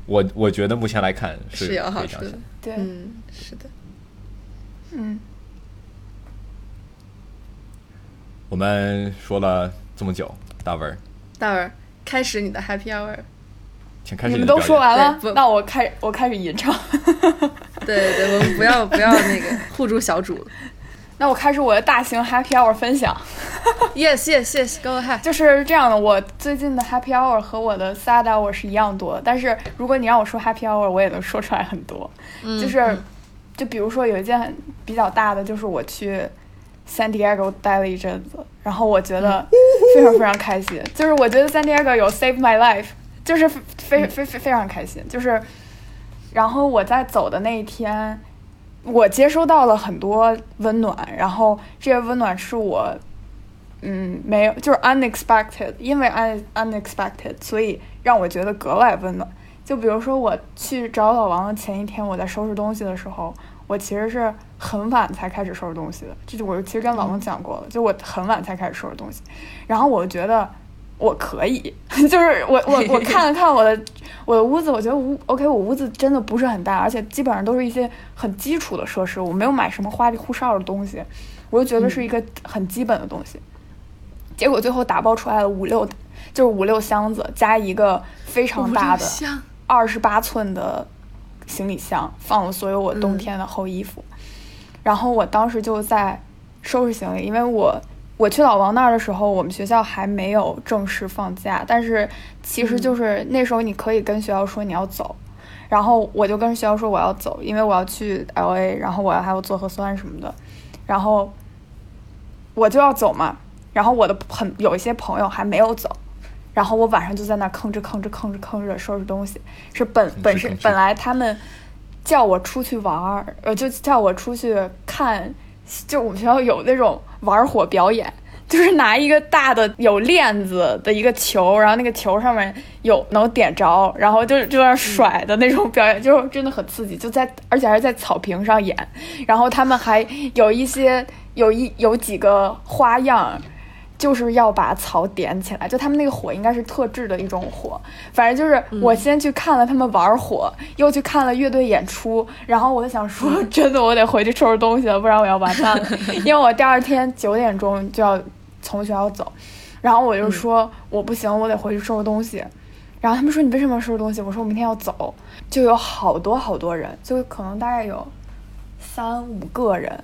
我我觉得目前来看
是有
可以
好
这
处
样
的
想
对，
嗯，是的，
嗯，
我们说了这么久，大文儿，
大文儿开始你的 Happy Hour。
请开始
你
的
们都
表
说
演
完了
对，不
那我开我开始吟唱。 (laughs)
对对，我们不要不要
(laughs)
那个互助小组了。
那我开始我的大型 Happy Hour 分享。
Yes yes yes, go ahead。
就是这样的，我最近的 happy hour 和我的 sad hour 是一样多的，但是如果你让我说 happy hour，我也能说出来很多。就是，就比如说有一件很比较大的，就是我去 San Diego 待了一阵子，然后我觉得非常非常开心。就是我觉得 San Diego 有 save my life，就是非非非非常开心。就是，然后我在走的那一天，我接收到了很多温暖，然后这些温暖是我嗯，没有，就是 unexpected，因为 un unexpected，所以让我觉得格外温暖。就比如说我去找老王的前一天，我在收拾东西的时候，我其实是很晚才开始收拾东西的。这就我其实跟老王讲过了，就我很晚才开始收拾东西，然后我觉得我可以， (laughs) 就是我我我看了看我的我的屋子，我觉得屋 OK，我屋子真的不是很大，而且基本上都是一些很基础的设施，我没有买什么花里胡哨的东西，我就觉得是一个很基本的东西。结果最后打包出来了五六，就是五六箱子加一个非常大的
香，
二十八寸的行李箱，放了所有我冬天的厚衣服。然后我当时就在收拾行李，因为我我去老王那儿的时候，我们学校还没有正式放假，但是其实就是那时候你可以跟学校说你要走，然后我就跟学校说我要走，因为我要去 L A，然后我要还要做核酸什么的，然后我就要走嘛。然后我的很有一些朋友还没有走，然后我晚上就在那儿吭哧吭哧吭哧吭哧的收拾东西，是本
吭哧
本身
吭哧
本来他们叫我出去玩儿，呃，就叫我出去看，就我们学校有那种玩火表演。 (laughs) 就是拿一个大的有链子的一个球，然后那个球上面有能点着，然后就就在那甩的那种表演，就是真的很刺激，就在而且还是在草坪上演，然后他们还有一些有一有几个花样。就是要把草点起来，就他们那个火应该是特制的一种火，反正就是我先去看了他们玩火，又去看了乐队演出，然后我就想说，真的我得回去收拾东西了，不然我要完蛋了，因为我第二天九点钟就要从学校走，然后我就说、我不行，我得回去收拾东西，然后他们说你为什么要收拾东西？我说我明天要走，就有好多好多人，就可能大概有三五个人，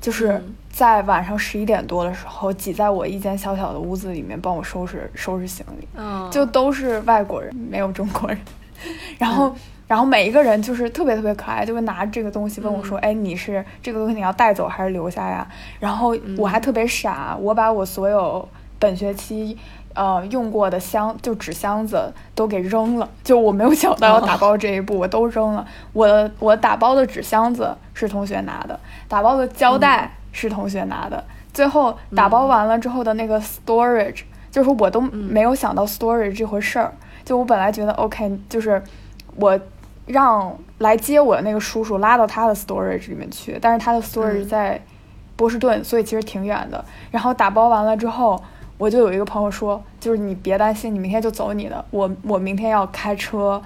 就是在晚上十一点多的时候挤在我一间小小的屋子里面帮我收拾收拾行李，
嗯，
就都是外国人，没有中国人。 (laughs) 然后，然后每一个人就是特别特别可爱，就会拿这个东西问我说：“哎，你是这个东西你要带走还是留下呀？”然后我还特别傻，我把我所有本学期。呃，用过的箱就纸箱子都给扔了，就我没有想到要打包这一步，我都扔了。我的我打包的纸箱子是同学拿的，打包的胶带是同学拿的，最后打包完了之后的那个 storage，、就是我都没有想到 storage 这回事儿。就我本来觉得 OK，就是我让来接我的那个叔叔拉到他的 storage 里面去，但是他的 storage 在波士顿，所以其实挺远的。然后打包完了之后，我就有一个朋友说，就是你别担心，你明天就走你的，我我明天要开车。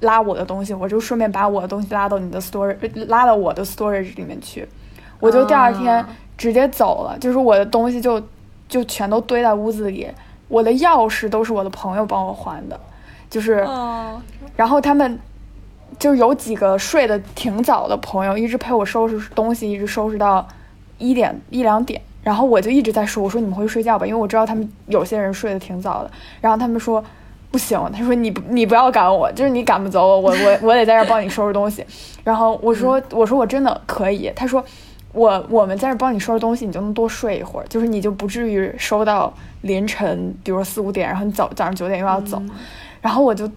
拉我的东西，我就顺便把我的东西拉到你的 storage，拉到我的 storage 里面去。我就第二天
啊
直接走了，就是我的东西就就全都堆在屋子里，我的钥匙都是我的朋友帮我还的，就是，
哦，
然后他们就是有几个睡得挺早的朋友，一直陪我收拾东西，一直收拾到一点一两点。然后我就一直在说，我说你们回去睡觉吧，因为我知道他们有些人睡得挺早的。然后他们说不行，他说你不你不要赶我，就是你赶不走我，我我我得在这儿帮你收拾东西。 (laughs) 然后我说我说我真的可以，他说我我们在这儿帮你收拾东西，你就能多睡一会儿，就是你就不至于收到凌晨，比如说四五点，然后你早早上九点又要走。然后我就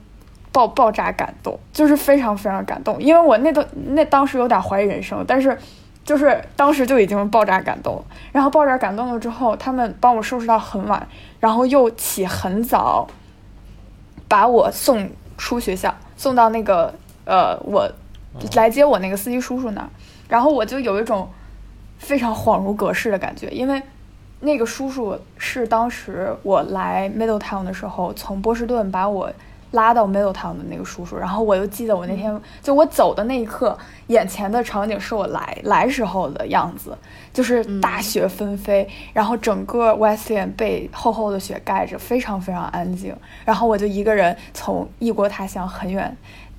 爆爆炸感动，就是非常非常感动，因为我那都那当时有点怀疑人生，但是就是当时就已经爆炸感动了，然后爆炸感动了之后，他们帮我收拾到很晚，然后又起很早，把我送出学校，送到那个呃我来接我那个司机叔叔那儿，然后我就有一种非常恍如隔世的感觉，因为。那个叔叔是当时我来 Middletown 的时候，从波士顿把我拉到 Middletown 的那个叔叔。然后我又记得我那天、就我走的那一刻，眼前的场景是我来来时候的样子，就是大雪纷飞，然后整个 Wesleyan 被厚厚的雪盖着，非常非常安静。然后我就一个人从异国他乡很远，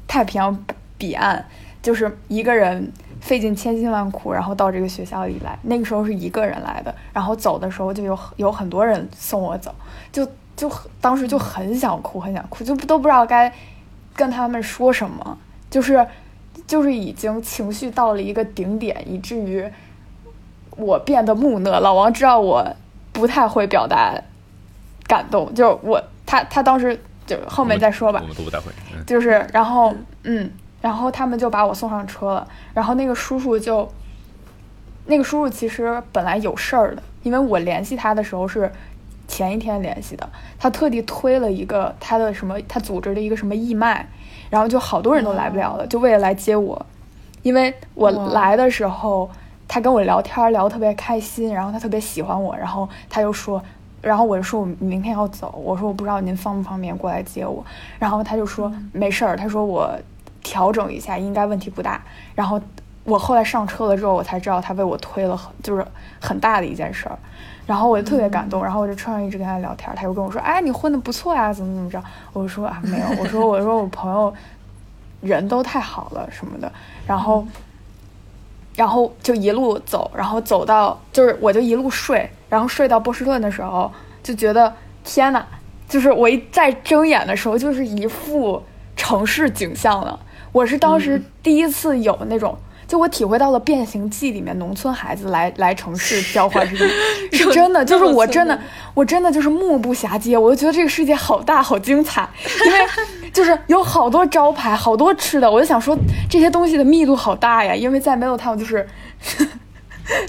太平洋彼岸，就是一个人费尽千辛万苦，然后到这个学校里来。那个时候是一个人来的，然后走的时候就有有很多人送我走，就就当时就很想哭，很想哭，就都不知道该跟他们说什么，就是就是已经情绪到了一个顶点，以至于我变得木讷。老王知道我不太会表达感动，就是我他他当时就后面再说吧
我。们都不太会。嗯
就是然后嗯，然后他们就把我送上车了，然后那个叔叔就，那个叔叔其实本来有事儿的，因为我联系他的时候是前一天联系的，他特地推了一个他的什么，他组织了一个什么义卖，然后就好多人都来不了了，就为了来接我，因为我
哇
来的时候，他跟我聊天儿聊得特别开心，然后他特别喜欢我，然后他又说，然后我就说我明天要走，我说我不知道您方不方便过来接我，然后他就说没事儿，他说我调整一下，应该问题不大。然后我后来上车了之后，我才知道他为我推了很就是很大的一件事儿，然后我就特别感动，然后我就车上一直跟他聊天，他又跟我说，哎，你混的不错呀，怎么怎么着？我说啊没有，我说我说我朋友人都太好了什么的，然后。然后就一路走，然后走到就是我就一路睡，然后睡到波士顿的时候，就觉得天呐，就是我一再睁眼的时候，就是一副城市景象了。我是当时第一次有那种，就我体会到了《变形记》里面农村孩子来来城市交换是是真的，就是我真的我真的就是目不暇接，我就觉得这个世界好大好精彩，因为就是有好多招牌，好多吃的，我就想说这些东西的密度好大呀，因为在没有他，我就是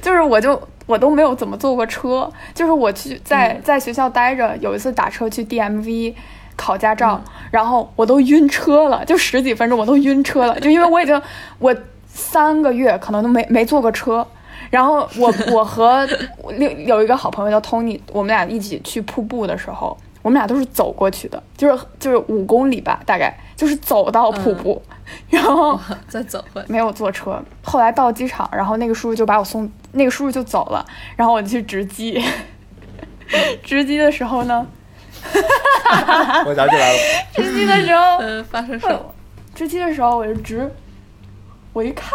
就是我就我都没有怎么坐过车，就是我去在在学校待着，有一次打车去 DMV 考驾照，然后我都晕车了，就十几分钟我都晕车了，就因为我已经 (laughs) 我三个月可能都没没坐过车。然后我我和我另有一个好朋友叫 Tony，我们俩一起去瀑布的时候，我们俩都是走过去的，就是就是五公里吧，大概就是走到瀑布， (laughs) 然后
再走回来。
没有坐车。后来到机场，然后那个叔叔就把我送，那个叔叔就走了，然后我就去值机。 (laughs) 值机的时候呢，
啊
我想起来了，
值机的时候，
呃，发生什
哎
么
呦？值机的时候我就值，我一看，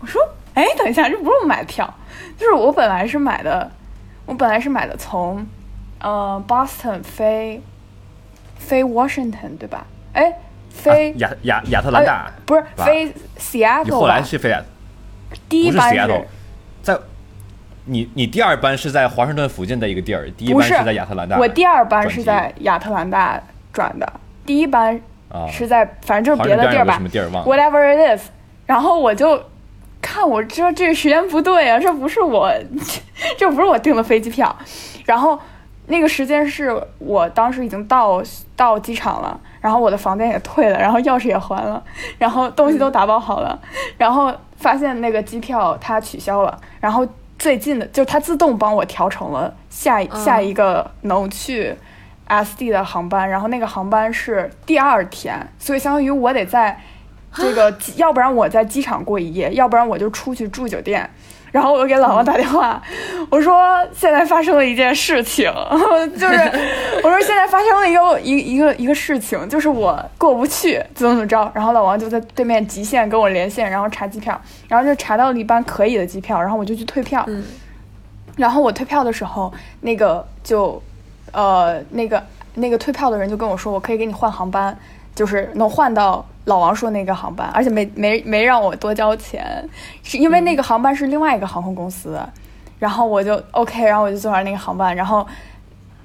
我说，哎，等一下，这不是我买的票，就是我本来是买的，我本来是买的从，呃，Boston 飞，飞 Washington 对吧？哎，飞、
啊亚亚亚特兰大
哎，不是
吧
飞
你
Seattle
后来
吧？
是飞亚，
第一
不是
班
Seattle，在你你第二班是在华盛顿附近的一个地儿，第一
不
班
是
在亚特兰大。
我第二班
转
是
机
在亚特兰大转的，第一班
啊
是在、反正就是别的
华盛顿
地
有
儿
个
吧
什么地儿忘了
w h a t e v e r it is。然后我就看，我知道这个时间不对啊，这不是我，这不是我订的飞机票。然后那个时间是我当时已经到到机场了，然后我的房间也退了，然后钥匙也还了，然后东西都打包好了， (laughs) 然后发现那个机票它取消了，然后最近的就它自动帮我调成了下一下一个能去 SD 的航班，然后那个航班是第二天，所以相当于我得在这个机，要不然我在机场过一夜，要不然我就出去住酒店。然后我又给老王打电话，我说现在发生了一件事情， (laughs) 就是我说现在发生了一个一一个一个事情，就是我过不去，怎么怎么着。然后老王就在对面极限跟我连线，然后查机票，然后就查到了一班可以的机票，然后我就去退票。
嗯
然后我退票的时候，那个就，呃，那个那个退票的人就跟我说，我可以给你换航班，就是能换到老王说那个航班，而且没没没让我多交钱，是
嗯
因为那个航班是另外一个航空公司，然后我就 OK，然后我就坐上那个航班，然后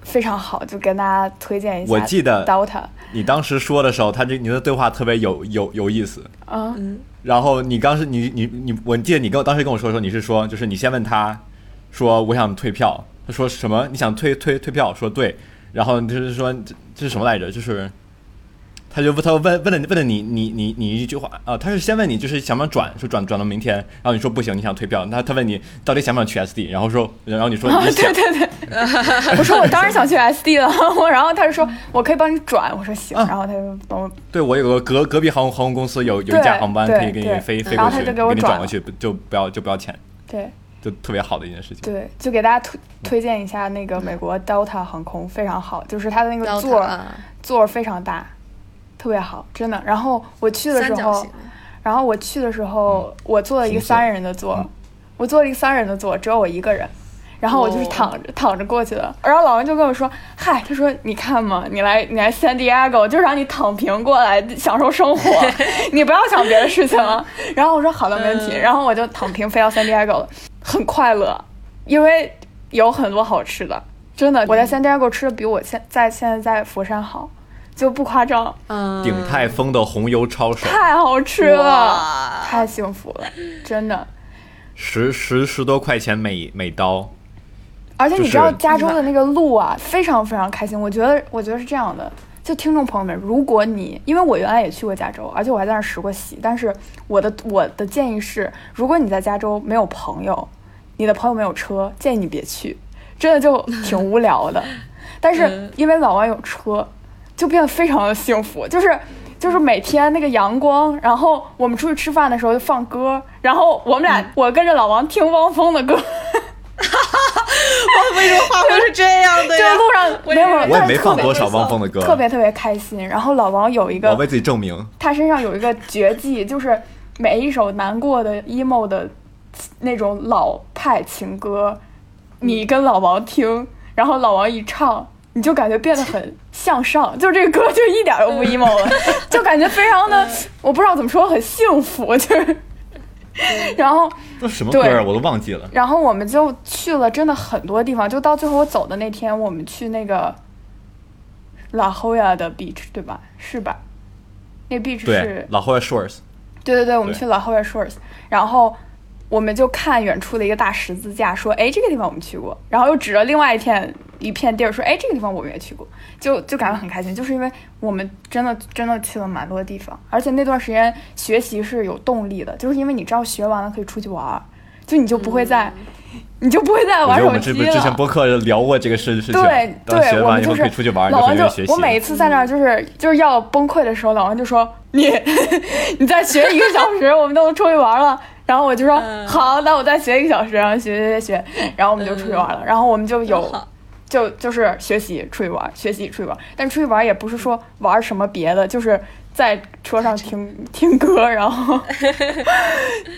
非常好，就跟大家推荐一下。
我记得
Dota，
你当时说的时候，他这你的对话特别有有有意思。
嗯，
然后你当时你你你，我记得你跟我当时跟我说的时候，你是说就是你先问他说我想退票，他说什么你想退退退票，说对，然后就是说这这是什么来着，就是。他就问他问问了问了你你你你一句话啊、他是先问你就是想不想转，说转转到明天，然后你说不行，你想退票，那他问你到底想不想去 SD，然后说然后你说
啊，
你想
(laughs) 对，对对，我说我当然想去 SD 了， (laughs) 我然后他就说我可以帮你转，我说行，
啊
然后他就帮我
对我有个隔隔壁航空航空公司有有一
对
架航班
对
可以给
对
你飞飞过
然后
去，
他就给
给
我
你
转
转过
了
去，不就不要就不要钱，
对
就特别好的一件事情。
对，就给大家推推荐一下那个美国 Delta 航空非常好，就是它的那个座儿
啊，
座儿非常大，特别好，真的。然后我去的时
三角
候
形，的，
然后我去的时候，
嗯
我坐了一个
红色
三人的座
嗯，
我坐了一个三人的座，只有我一个人。然后我就是
哦
躺着、躺着过去的，然后老王就跟我说：“嗨，他说你看嘛，你来你来 San Diego 就是让你躺平过来享受生
(laughs)
活，你不要想别的事情了。”然后我说：“好的，没问题。
嗯
然后我就躺平飞到 San Diego 了，很快乐，因为有很多好吃的，真的，我
嗯
在 San Diego 吃的比我现在现在在佛山好，就不夸张，
嗯，
鼎泰丰的红油抄手，
太好吃了，
哇
太幸福了，真的。”
十十十多块钱每每刀，
而且
就
你知道
是
加州的那个路啊，非常非常开心。我觉得，我觉得是这样的。就听众朋友们，如果你因为我原来也去过加州，而且我还在那儿实过习，但是我的我的建议是，如果你在加州没有朋友，你的朋友没有车，建议你别去，真的就挺无
(laughs)
聊的。但是
嗯
因为老王有车，就变得非常的幸福，就是就是每天那个阳光，然后我们出去吃饭的时候就放歌，然后我们
嗯
俩、我跟着老王听汪峰的歌。
为什么画风是这样的
就
呀
是？路上
啊我
没有，
也
没有
是
我也
哎但
没
是特
放
别
多少汪峰的歌，
特别特别开心。然后老王有一
我
个，
为自己证明。
他身上有一个绝技，就是每一首难过的 emo 的那种老派情歌，你跟老王听，然后老王一唱。你就感觉变得很向上，就是这个歌就一点儿都
嗯
不 emo 了，就感觉非常的，我不知道怎么说，很幸福，就是，然后
这什么歌
对
啊？我都忘记了。
然后我们就去了真的很多地方，就到最后我走的那天，我们去那个拉霍亚的 beach，对吧？是吧？那 beach
对
是，，
老后 shorts，
对对对，我们
对
去拉霍亚 shores，然后我们就看远处的一个大十字架，说，哎，这个地方我们去过，然后又指着另外一片一片地儿说，哎，这个地方我们也去过，就就感觉很开心，就是因为我们真的真的去了蛮多地方，而且那段时间学习是有动力的，就是因为你知道学完了可以出去玩儿，就你就不会再、你就不会再
嗯我
玩
觉得我
手
们之
机
之前
了。
播客聊过这个事事情。
对
当学
对，我
完
们
以
就
后
是
可以出去玩，
老
就是
王
因为学习。
我每一次在那儿就是就是要崩溃的时候，老王就说：“你 (laughs) 你再学一个小时，我们都能出去玩了。”然后我就说：“
嗯
好，那我再学一个小时。”然后学学学，学，然后我们就出去玩了。然后我们就有
嗯好
就就是学习出去玩，学习出去玩。但出去玩也不是说玩什么别的，就是在车上听听歌，然后 (laughs)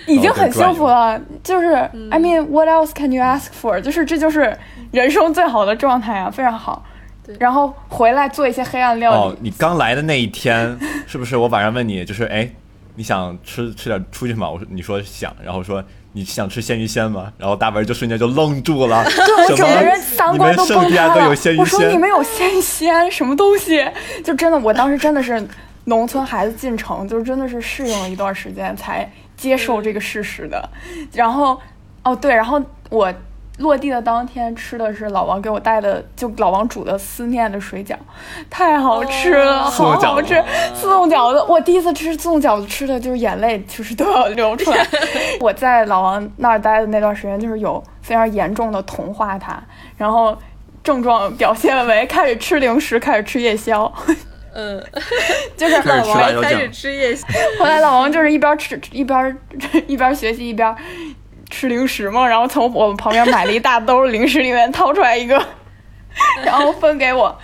已经很幸福了。呃就是、I mean what else can you ask for？就是这就是人生最好的状态啊，非常好
对。
然后回来做一些黑暗料理。
哦，你刚来的那一天， (laughs) 是不是我晚上问你，就是哎，你想吃吃点出去吗？我说你说想，然后说你想吃鲜鱼鲜吗？然后大文就瞬间就愣住了，
(laughs) 对我
什
整
么
个人三观都
你们
崩
圣地
塌
亚哥
了。
有鲜
我
鱼
说你
鲜，
们有鲜鲜什么东西？就真的，我当时真的是农村孩子进城，就是真的是适应了一段时间才接受这个事实的。然后，哦对，然后我落地的当天吃的是老王给我带的，就老王煮的思念的水饺，太好吃了，
哦
好好吃
速冻饺。
速冻饺子，我第一次吃速冻饺子，吃的就是眼泪就是都要流出来。我在老王那儿待的那段时间，就是有非常严重的同化他，然后症状表现为开始吃零食，开始吃夜宵，
嗯，
(laughs) 就是
开始吃辣椒
开始
酱，
吃夜宵，
后来老王就是一边吃一边一边学习一边吃零食嘛，然后从我们旁边买了一大兜零食，里面掏出来一个，然后分给我，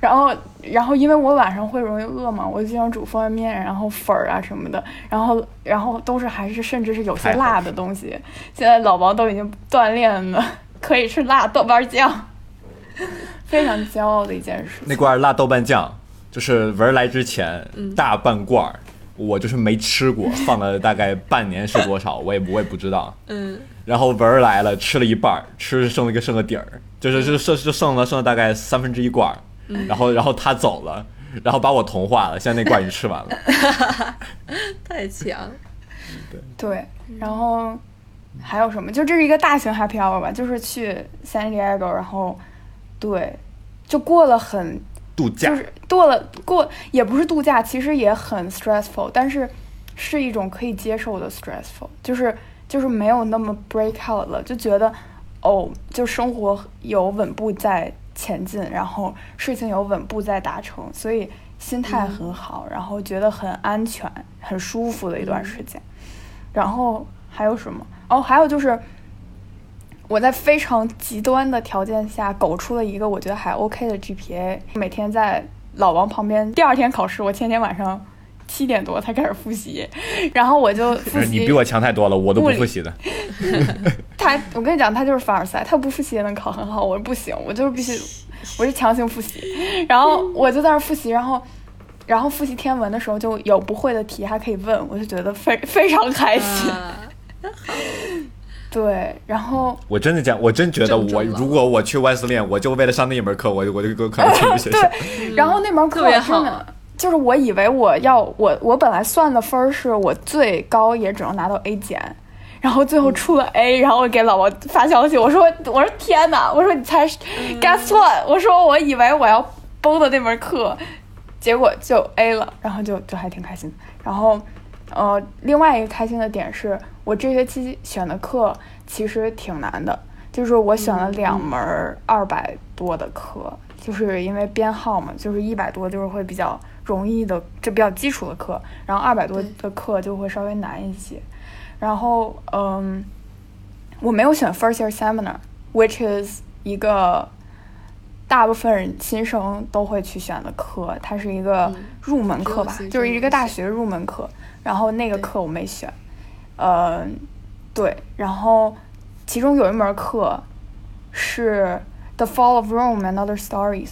然后然后因为我晚上会容易饿嘛，我就经常煮方便面，然后粉儿啊什么的，然后然后都是还是甚至是有些
太好
辣的东西。现在老王都已经锻炼了，可以吃辣豆瓣酱，非常骄傲的一件事
那罐辣豆瓣酱，就是文儿来之前、
嗯
大半罐儿，我就是没吃过，放了大概半年是
(laughs)
多少，我也我也不知道。
嗯，
然后文儿来了，吃了一半儿，吃剩了一个剩个底儿，就是就剩就剩了剩了大概三分之一罐儿，
嗯
然后然后他走了，然后把我同化了，现在那罐儿已经吃完了。
(laughs)
太强了，
对，然后还有什么？就这是一个大型 happy hour 吧，就是去 San Diego，然后对，就过了很
度假
就是过了过也不是度假，其实也很 stressful，但是是一种可以接受的 stressful，就是就是没有那么 break out 了，就觉得哦，就生活有稳步在前进，然后事情有稳步在达成，所以心态很好，然后觉得很安全、很舒服的一段时间。然后还有什么？哦，还有就是。我在非常极端的条件下狗出了一个我觉得还 OK 的 GPA，每天在老王旁边。第二天考试，我前天晚上七点多才开始复习，然后我就复
就是
习。
(laughs) 哎你比我强太多了，我都不
物理
复习的。
他，我跟你讲，他就是凡尔赛，他不复习也能考很好，我不行，我就是必须，我是强行复习。然后我就在那儿复习，然后，然后复习天文的时候就有不会的题还可以问，我就觉得非非常开心。
啊，
对，然后。
我真的讲，我真觉得
正
我
中了
如果我去 Wesleyan，我就为了上那一门课，我就我就可
(laughs)
能去个学校。
对，然后那门
嗯
课
特别
真
好
的就是我以为我要我我本来算的分儿是我最高也只能拿到 A 减，然后最后
嗯
出了 A，、然后我给老王发消息，我 (laughs) 说我说天哪，我说你才、guess
嗯
what，我说我以为我要崩的那门课，结果就 A 了，然后就就还挺开心。然后，呃，另外一个开心的点是我这学期选的课其实挺难的，就是我选了两门二百多的课，就是因为编号嘛，就是一百多就是会比较容易的，这比较基础的课，然后二百多
对
的课就会稍微难一些。然后，嗯，我没有选 first year seminar，which is 一个大部分人新生都会去选的课，它是一个
嗯
入门课吧
只有新，生
就是一个大学入门课。然后那个
对
课我没选，呃，对，然后其中有一门课是《The Fall of Rome and Other Stories》，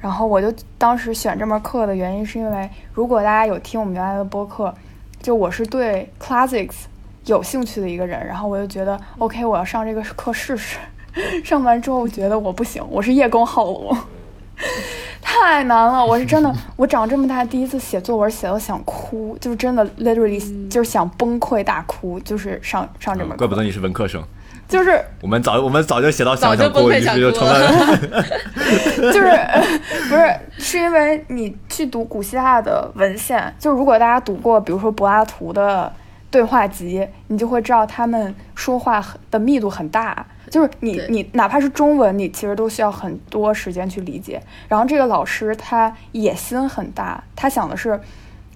然后我就当时选这门课的原因是因为，如果大家有听我们原来的播客，就我是对 classics 有兴趣的一个人，然后我就觉得 OK，我要上这个课试试。 (laughs) 上完之后觉得我不行，我是叶公好龙， (laughs) 太难了。我是真的，我长这么大第一次写作文，写到想哭，就是真的 literally、就是想崩溃大哭，就是上上这门
嗯
课，
怪不得你是文科生，
就是
我们早我们早就写到想
早就
想哭，就
崩溃想
是就
哭
成了。
(laughs) 就是不是是因为你去读古希腊的文献，就如果大家读过，比如说柏拉图的对话集，你就会知道他们说话很的密度很大。就是你
对
你哪怕是中文，你其实都需要很多时间去理解。然后这个老师他野心很大，他想的是。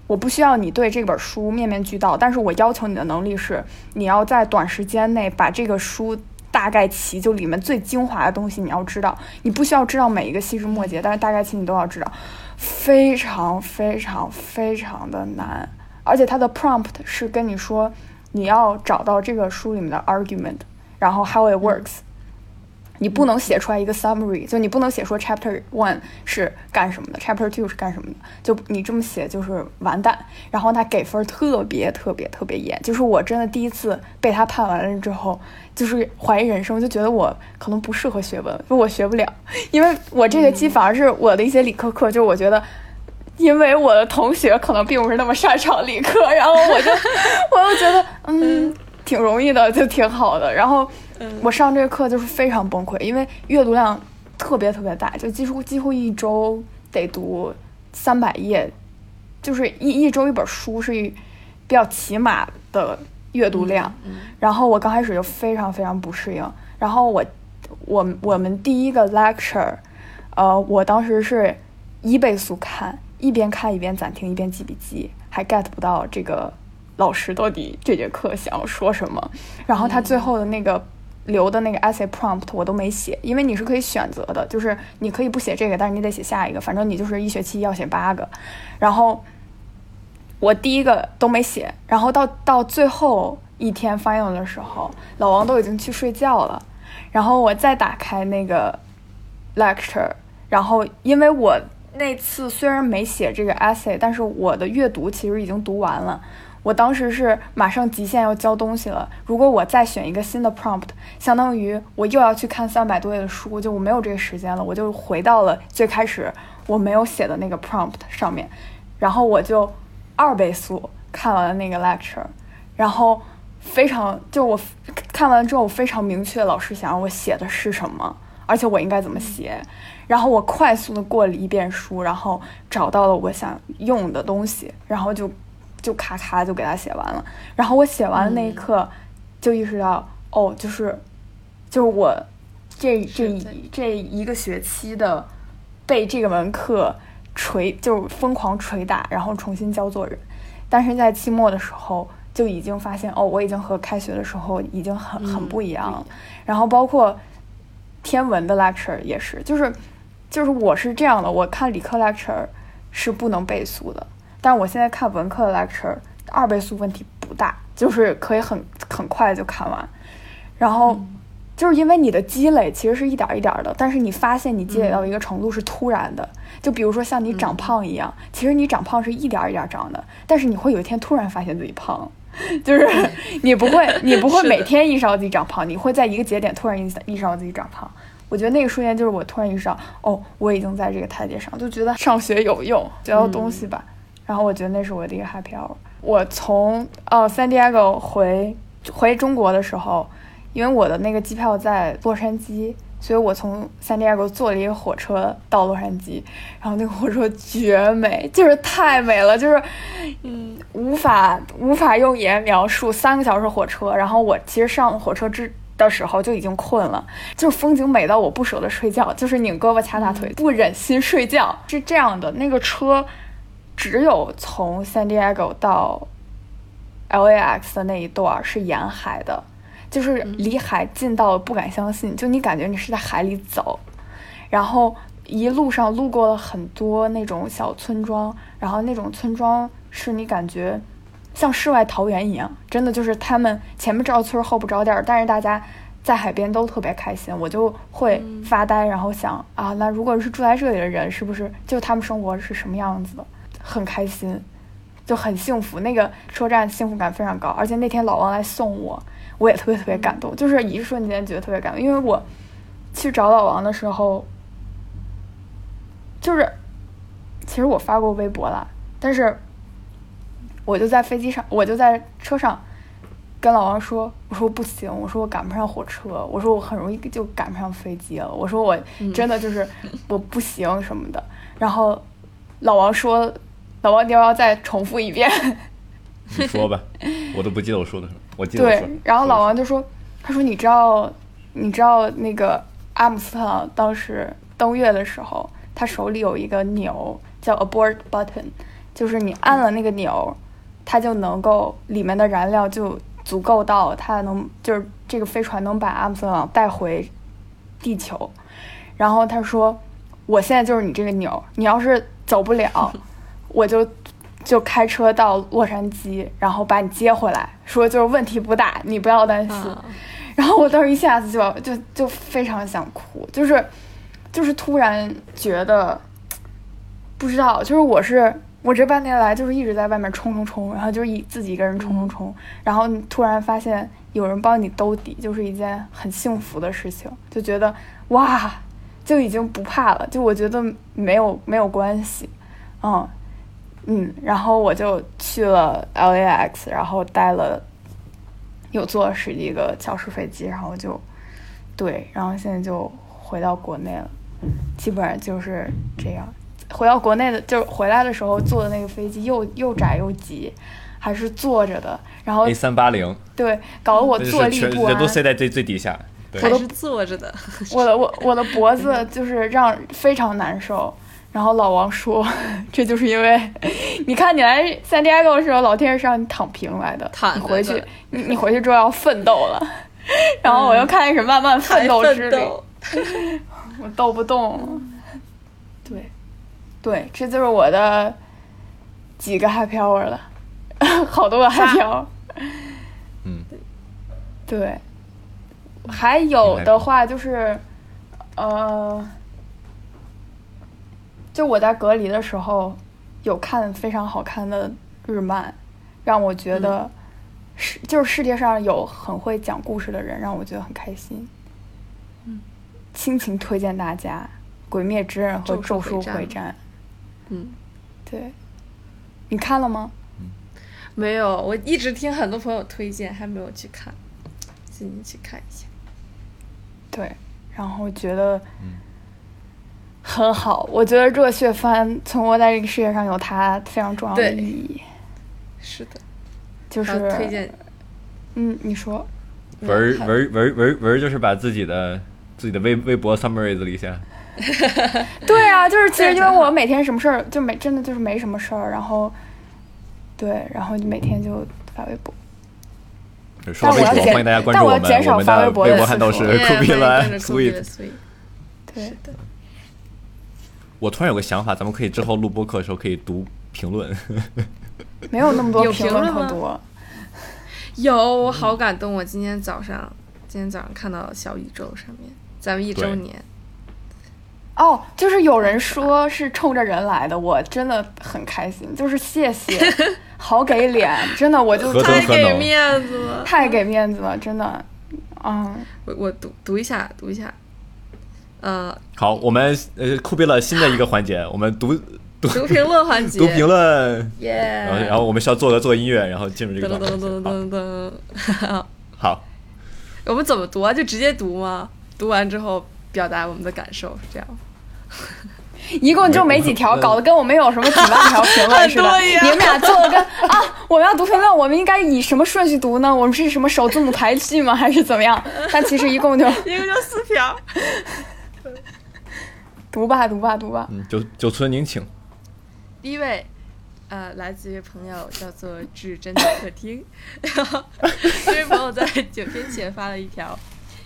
我不需要你对这本书面面俱到，但是我要求你的能力是，你要在短时间内把这个书大概齐，就里面最精华的东西你要知道。你不需要知道每一个细枝末节，但是大概其你都要知道，非常非常非常的难。而且它的 prompt 是跟你说你要找到这个书里面的 argument，然后 how it works，、你不能写出来一个 summary，就你不能写说 chapter one 是干什么的，chapter two 是干什么的，就你这么写就是完蛋。然后他给分儿特别特别特别严，就是我真的第一次被他判完了之后，就是怀疑人生，就觉得我可能不适合学文，我学不了，因为我这学期反而是我的一些理科课，就我觉得。因为我的同学可能并不是那么擅长理科，然后我就我就觉得嗯挺容易的，就挺好的。然后我上这个课就是非常崩溃，因为阅读量特别特别大，就几乎几乎一周得读三百页，就是一一周一本书是一比较起码的阅读量。然后我刚开始就非常非常不适应。然后我我我们第一个 lecture，呃，我当时是一倍速看，一边看一边暂停，一边记笔记，还 get 不到这个老师到底这节课想要说什么。然后他最后的那个。留的那个 essay prompt 我都没写，因为你是可以选择的，就是你可以不写这个，但是你得写下一个，反正你就是一学期要写八个。然后我第一个都没写，然后到到最后一天 final 的时候，老王都已经去睡觉了，然后我再打开那个 lecture，然后因为我那次虽然没写这个 essay，但是我的阅读其实已经读完了，我当时是马上极限要交东西了，如果我再选一个新的 prompt，相当于我又要去看三百多页的书，就我没有这个时间了，我就回到了最开始我没有写的那个 prompt 上面，然后我就二倍速看完了那个 lecture，然后非常就我看完之后，我非常明确老师想让我写的是什么，而且我应该怎么写。然后我快速的过了一遍书，然后找到了我想用的东西，然后就就咔咔就给它写完了。然后我写完的那一刻，就意识到哦，就是就是我这这
是在
一这一个学期的被这个门课捶，就是疯狂捶打，然后重新教做人。但是在期末的时候，就已经发现哦，我已经和开学的时候已经很很
嗯
不一样了。
不
然后包括天文的 lecture 也是，就是就是我是这样的，我看理科 lecture 是不能倍速的，但我现在看文科的 lecture 二倍速问题不大，就是可以很很快就看完。然后、就是因为你的积累其实是一点儿一点儿的，但是你发现你积累到一个程度是突然的，就比如说像你长胖一样，其实你长胖是一点儿一点儿长的，但是你会有一天突然发现自己胖了。就是你不会，你不会
是的
每天意识到自己长胖，你会在一个节点突然意识意识到自己长胖。我觉得那个瞬间就是我突然意识到，哦，我已经在这个台阶上，就觉得上学有用，学到东西吧。然后我觉得那是我的一个 happy hour。我从哦 San Diego 回回中国的时候，因为我的那个机票在洛杉矶，所以我从 San Diego 坐了一个火车到洛杉矶，然后那个火车绝美，就是太美了，就是嗯无法无法用语言描述。三个小时火车，然后我其实上火车之。的时候就已经困了，就是风景美到我不舍得睡觉，就是拧胳膊掐大腿，不忍心睡觉，是这样的。那个车只有从 San Diego 到 LAX 的那一段儿是沿海的，就是离海近到了不敢相信，就你感觉你是在海里走，然后一路上路过了很多那种小村庄，然后那种村庄是你感觉像世外桃源一样，真的就是他们前不着村儿后不着店儿，但是大家在海边都特别开心，我就会发呆，然后想啊，那如果是住在这里的人，是不是就他们生活是什么样子的，很开心。就很幸福，那个车站幸福感非常高，而且那天老王来送我，我也特别特别感动，就是一瞬间觉得特别感动，因为我去找老王的时候，就是其实我发过微博啦，但是我就在飞机上，我就在车上跟老王说，我说不行，我说我赶不上火车，我说我很容易就赶不上飞机了，我说我真的就是我不行什么的。然后老王说，老王你要不要再重复一
(laughs)
遍？
(laughs) 你说吧，我都不记得我说的什么，我记得我
对
说。，
然后老王就说，他说你知道，你知道那个阿姆斯特朗当时登月的时候，他手里有一个钮叫 abort button，就是你按了那个钮，它就能够里面的燃料就足够到它能就是这个飞船能把阿姆斯特朗带回地球。然后他说，我现在就是你这个钮，你要是走不了，我就就开车到洛杉矶，然后把你接回来，说就是问题不大，你不要担心。
啊，
然后我当时一下子就就就非常想哭，就是就是突然觉得不知道，就是我是我这半年来就是一直在外面冲冲冲，然后就是一自己一个人冲冲冲，然后你突然发现有人帮你兜底，就是一件很幸福的事情，就觉得哇，就已经不怕了，就我觉得没有没有关系，嗯嗯，然后我就去了 LAX，然后待了有坐十几个小时飞机，然后就对，然后现在就回到国内了，基本上就是这样。回到国内的，就是回来的时候坐的那个飞机又又窄又挤，还是坐着的，然后
A 哎三八零，
对搞得我
那就
坐
是
立
全
不安
人，都塞在最最底下。对
还，是坐着的，
我的我我的脖子就是让非常难受。然后老王说，这就是因为你看你来 San Diego 的时候，老天是让你躺平来的，
躺
你
着
回
的
去你你回去之后要奋斗了。然后我又开始慢慢 (laughs) 奋
嗯还
斗之
奋
旅，
斗。
我斗不动了。对，对，这就是我的几个 happy hour 了， (laughs) 好多个 happy hour。
嗯，
对，还有的话就是，呃，就我在隔离的时候有看非常好看的日漫，让我觉
嗯
得世、就是世界上有很会讲故事的人，让我觉得很开心。
嗯，
亲情推荐大家《鬼灭之刃》和《咒
咒术
术
回
回
战
战》。
嗯，
对，你看了吗？
没有，我一直听很多朋友推荐，还没有去看，今天去看一下。
对，然后觉得很好。我觉得热血番存活在这个世界上有它非常重要的
对
意义，
是的，
就
然
是
后推荐嗯
嗯，
(laughs)
你说
文儿文儿文儿文儿文儿就是把自己的自己的微微博 summary 里写，
对啊，就是其
这样
实因
挺
为我
好
每天什么事儿就没真的就是没什么事儿，然后对，然后就每天就发微博。
说到微
但我要
博，
减
欢迎大家关
但
注
我要
们，
减少
我们
发微
的
博
微
的
博
次
handle
数
是
Yeah，
酷毙
欢
了
迎跟着
sweet。
Sweet，
对
是，的，
我突然有个想法，咱们可以之后录播课的时候可以读评论。 (laughs)
没有那么多
有
评
评
论
论
特
吗
多。
有，我好感动。我今天早上，今天早上看到小宇宙上面，咱们一周
对
年，
哦，就是有人说是冲着人来的，我真的很开心，就是谢
(laughs)
谢，好给脸，真的，我就
何德
太
何
给
能
面子了。
太给面子了，真的，嗯，
我我读读一下，读一下。呃，
好，我们呃酷毙了新的一个环节，我们读读
读评论环节，
读评论，
耶！
哎
然后然后我们需要做个做音乐，然后进入这
噔
个
噔
状
噔噔
态。
噔噔，
好，好
我们怎么读啊？就直接读吗？读完之后表达我们的感受，是这样吗？
一共就没几条，搞得跟我们有什么几万条评论似的。
对呀
你们俩做的跟啊，我们要读评论，我们应该以什么顺序读呢？我们是什么首字母排序吗？还是怎么样？但其实一共就
一个就四条。
读吧，读吧，读吧。
嗯，九九村您请。
第一位，呃，来自于朋友叫做“至真的客厅”，然后这位朋友在九天前发了一条：“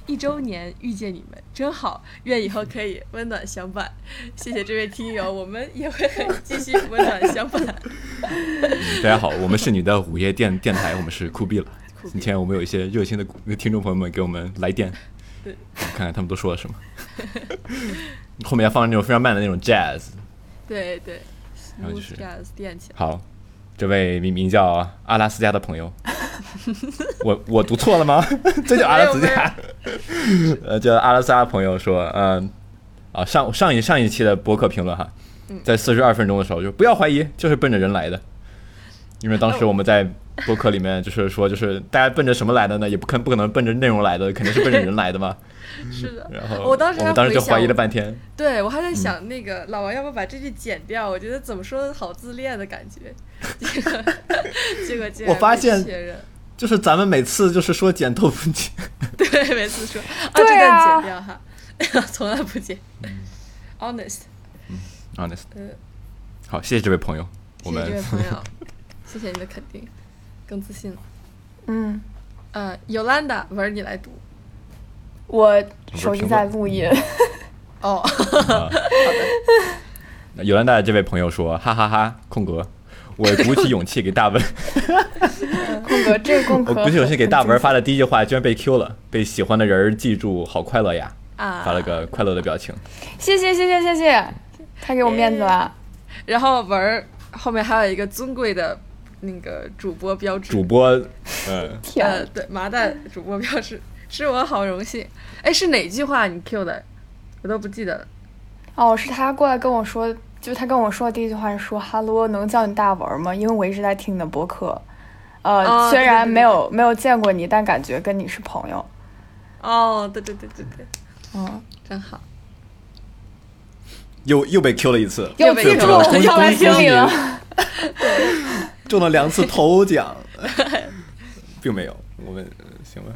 一周年遇见你们真好，愿以后可以温暖相伴。”谢谢这位听友，我们也会继续温暖相伴。
大家好，我们是你的午夜电电台，我们是酷毙了。今天我们有一些热心的听众朋友们给我们来电，
对
看看他们都说了什么。后面要放那种非常慢的那种 jazz。
对对
然后就
，smooth
是
jazz 垫起来。
好，这位名名叫阿拉斯加的朋
(laughs)
友，我我读错了吗？ (laughs) 这叫阿拉斯加。 (laughs) 呃，叫阿拉斯加的朋友说，嗯、啊，上上一上一期的博客评论哈，
嗯
在四十二分钟的时候就不要怀疑，就是奔着人来的，因为当时我们在博客里面就是说，就是大家奔着什么来的呢？也不可不可能奔着内容来的，肯定是奔着人来的嘛。
(laughs) 是的，
然后
我当时
我
还
们当时
回
就
想
怀疑
我
了半天，
对我还
嗯
在想那个、老王要不要把这句剪掉？我觉得怎么说好自恋的感觉。结果结果竟然
我发
被
现
确认。
就是咱们每次就是说剪豆腐剪。
对， (laughs) 每次说啊，这
对啊
段剪掉哈， (laughs) 从来不剪。Honest，
honest
呃。
好，谢谢这位朋友，我
谢谢这位
们
朋
(laughs)
友，谢谢你的肯定，更自信了。
嗯，
呃，Yolanda，文儿你来读。
我手机在录音，
哦，
那尤兰达这位朋友说，哈哈哈空格，我鼓起勇气给大
(laughs)
文，
空格这个空格
我
很，
鼓起勇气给大文
文
发的第一句话居然被 Q 了，被喜欢的人儿记住，好快乐呀！
(laughs) 啊
发了个快乐的表情。
谢谢谢谢谢谢，太给我面子了。
然后文儿后面还有一个尊贵的那个主播标志，
主播，呃，
天
呃，对，麻袋主播标志，是我好荣幸。哎，是哪句话你 Q 的？我都不记得了。
哦，是他过来跟我说，就他跟我说的第一句话是说哈喽，能叫你大文儿吗？”因为我一直在听你的播客，呃，
哦
虽
对
然
对对
没有没有见过你，但感觉跟你是朋友。
哦，对对对对对，
嗯，
哦真好。
又又被 Q 了一次，
又
被
记住
Q 了
我
恭
们
喜
要来听
恭喜
你了。
(laughs)
中了两次头奖，并没有。我们呃行吧，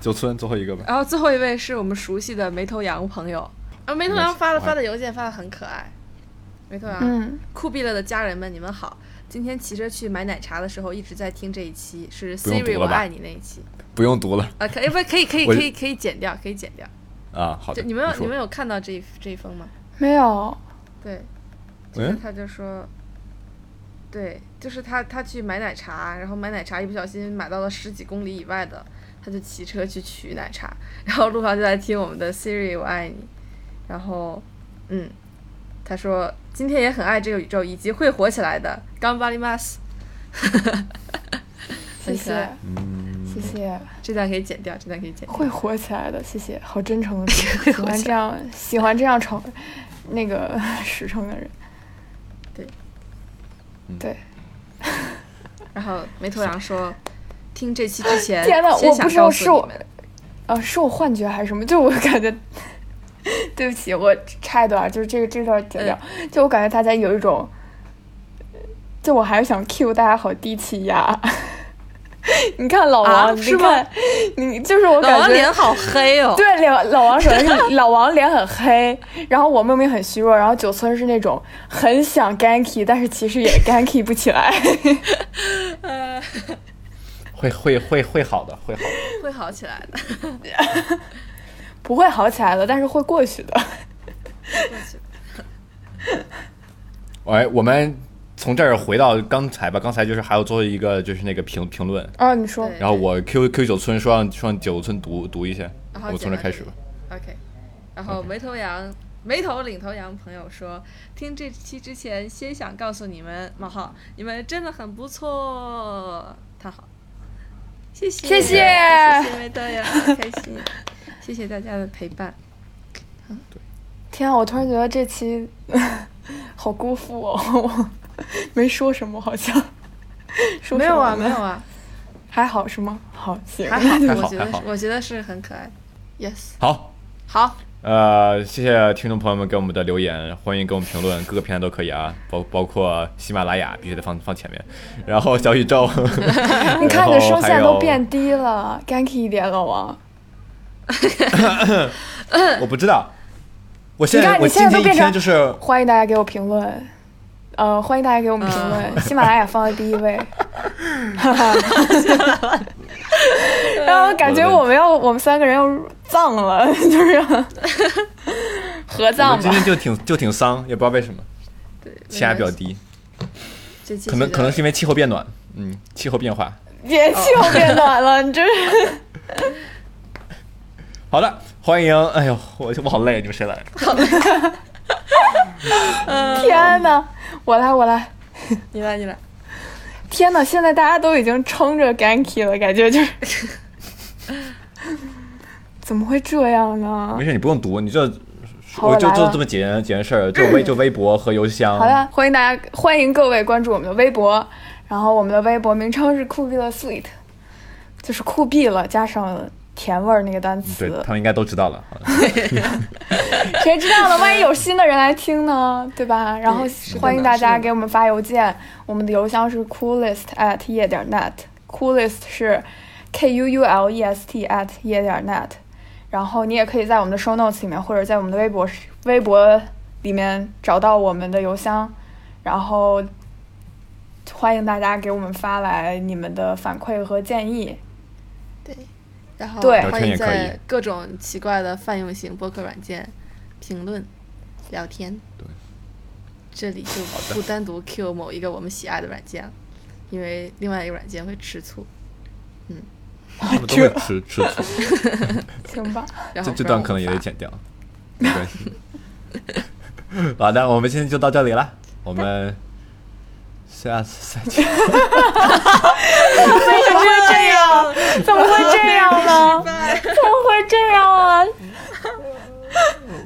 九村最后一个吧。
然后最后一位是我们熟悉的梅头羊朋友，啊，梅头羊发了发的邮件发的很可爱，梅头羊，
嗯，
酷毙了的家人们，你们好。今天骑车去买奶茶的时候，一直在听这一期，是
不用读
Siri 我
了吧
爱你那一期
不用读了
啊，可以不可以可以
我
可以可以剪掉，可以剪掉。
啊，好
就
的。
你们有
说
你们有看到这一这一封吗？
没有，
对，就是
嗯，
他就说，对，就是他他去买奶茶，然后买奶茶一不小心买到了十几公里以外的，他就骑车去取奶茶，然后路上就在听我们的 Siri 我爱你，然后嗯，他说今天也很爱这个宇宙以及会火起来的，干巴里马斯，
谢
(laughs) 很可
谢
爱，
嗯，
谢谢，
这段可以剪掉，这段可以剪掉。
会火起来的，谢谢，好真诚的人，
(laughs) 会
喜
火
欢
起
这样喜欢这样诚那个 (laughs) 实诚的人，
对
嗯
对，
然后梅头羊说，听这期之前，
天呐
先
我
想
不知
告
道
诉
是
你
我
们
呃，是我幻觉还是什么？就我感觉， (laughs) 对不起，我插一段，啊就是这个这段剪掉。
嗯
就我感觉大家有一种，就我还是想 cue 大家好低气压。 (laughs) 你看老王，
啊
你
是吗
看你，就是我
老
感
王
觉
脸好黑哦。
对，脸老王首先是老王脸很黑，然后我明明很虚弱，然后九村是那种很想 ganky，但是其实也 ganky 不起
(laughs)
来。
会会会会好的，会好的。
会好起来的，
不会好起来的，但是会过去的。
过去吧
哎，我们从这儿回到刚才吧，刚才就是还有最后一个就是那个评评论，
啊，你说
对
然后我 Q Q 九村说让说让九村读读一下，
然后
我从这
剪到
开
这
始
里
吧。
OK，然后眉头羊、眉头领头羊朋友说，听这期之前，先想告诉你们，冒号，你们真的很不错，叹号，谢谢，
谢谢
谢谢眉头 (laughs) 羊，好开心，谢谢大家的陪伴。
天啊，我突然觉得这期 (laughs) 好辜负哦，我没说什么，好像 (laughs) 说
没有啊，
什么
没
呢
有，啊，
还好是吗？好，行，
(laughs) 还好，
还好
我觉得
还
是
好，
我觉得是很可爱。Yes，
好，
好，
呃，谢谢听众朋友们给我们的留言，欢迎给我们评论，各个平台都可以啊，包包括喜马拉雅必须得放放前面，然后小宇宙，
(laughs) 你看
然
你的
后
声
还
线
有
都变低了，ganky 一点，老王，
我不知道，我现
你
在
看
我
你现
今天
在都
一
变成
天就是
欢迎大家给我评论，呃，欢迎大家给我们评论，喜马拉雅放在第一 (laughs) 位，哈哈，然后感觉我们要我们三个人要葬了， (laughs) 就是要合
我
葬
今
吧，
天就挺就挺丧，也不知道为什么，
对，
气压比较
没关系，
低，
这期
可能
就
可能是因为气候变暖，嗯，气候变化。
也气候变暖了，你这是。
好的，欢迎，哎呦，我我好累，你们谁来？
天呐，我来，我来！
你来，你来，
天呐，现在大家都已经撑着 Ganky 了，感觉就是， (laughs) 怎么会这样呢
没？事，你不用读，你就
好
我就
我来
就
了
这么几件几件事儿，就微就微博和邮箱。
好的，欢迎大家，欢迎各位关注我们的微博，然后我们的微博名称是酷毙了 Sweet，就是酷毙了加上甜味儿那个单
对
词
他，们应该都知道了。好的
(laughs) 谁知
(laughs)
道呢？万一有新的人来听呢，对吧？然后
是的
欢迎大
是
家
的
给我们发邮件，我们的邮箱是 coolest at 夜点 net。coolest 是 k u u l e s t at 夜点 net。然后你也可以在我们的 show notes 里面，或者在我们的微博微博里面找到我们的邮箱，然后欢迎大家给我们发来你们的反馈和建议。
然后
对
聊
欢
天也
迎
可
在
以
各种奇怪的泛用型播客软件评论、聊天。
对，
这里就不单独 Q 某一个我们喜爱的软件了，因为另外一个软件会吃醋。
他们都会吃吃醋，
行吧，
然后
这这
不
段
让
可能
我
也
们
得
发
剪掉，没关系。好的，我们今天就到这里了，我们下次再见。
为什么会这样？怎么会这样呢？怎么会这样啊？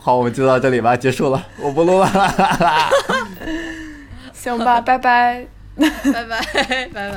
好，我们就到这里吧，结束了，我不录了。
(laughs)
行吧，拜拜。
拜拜拜拜。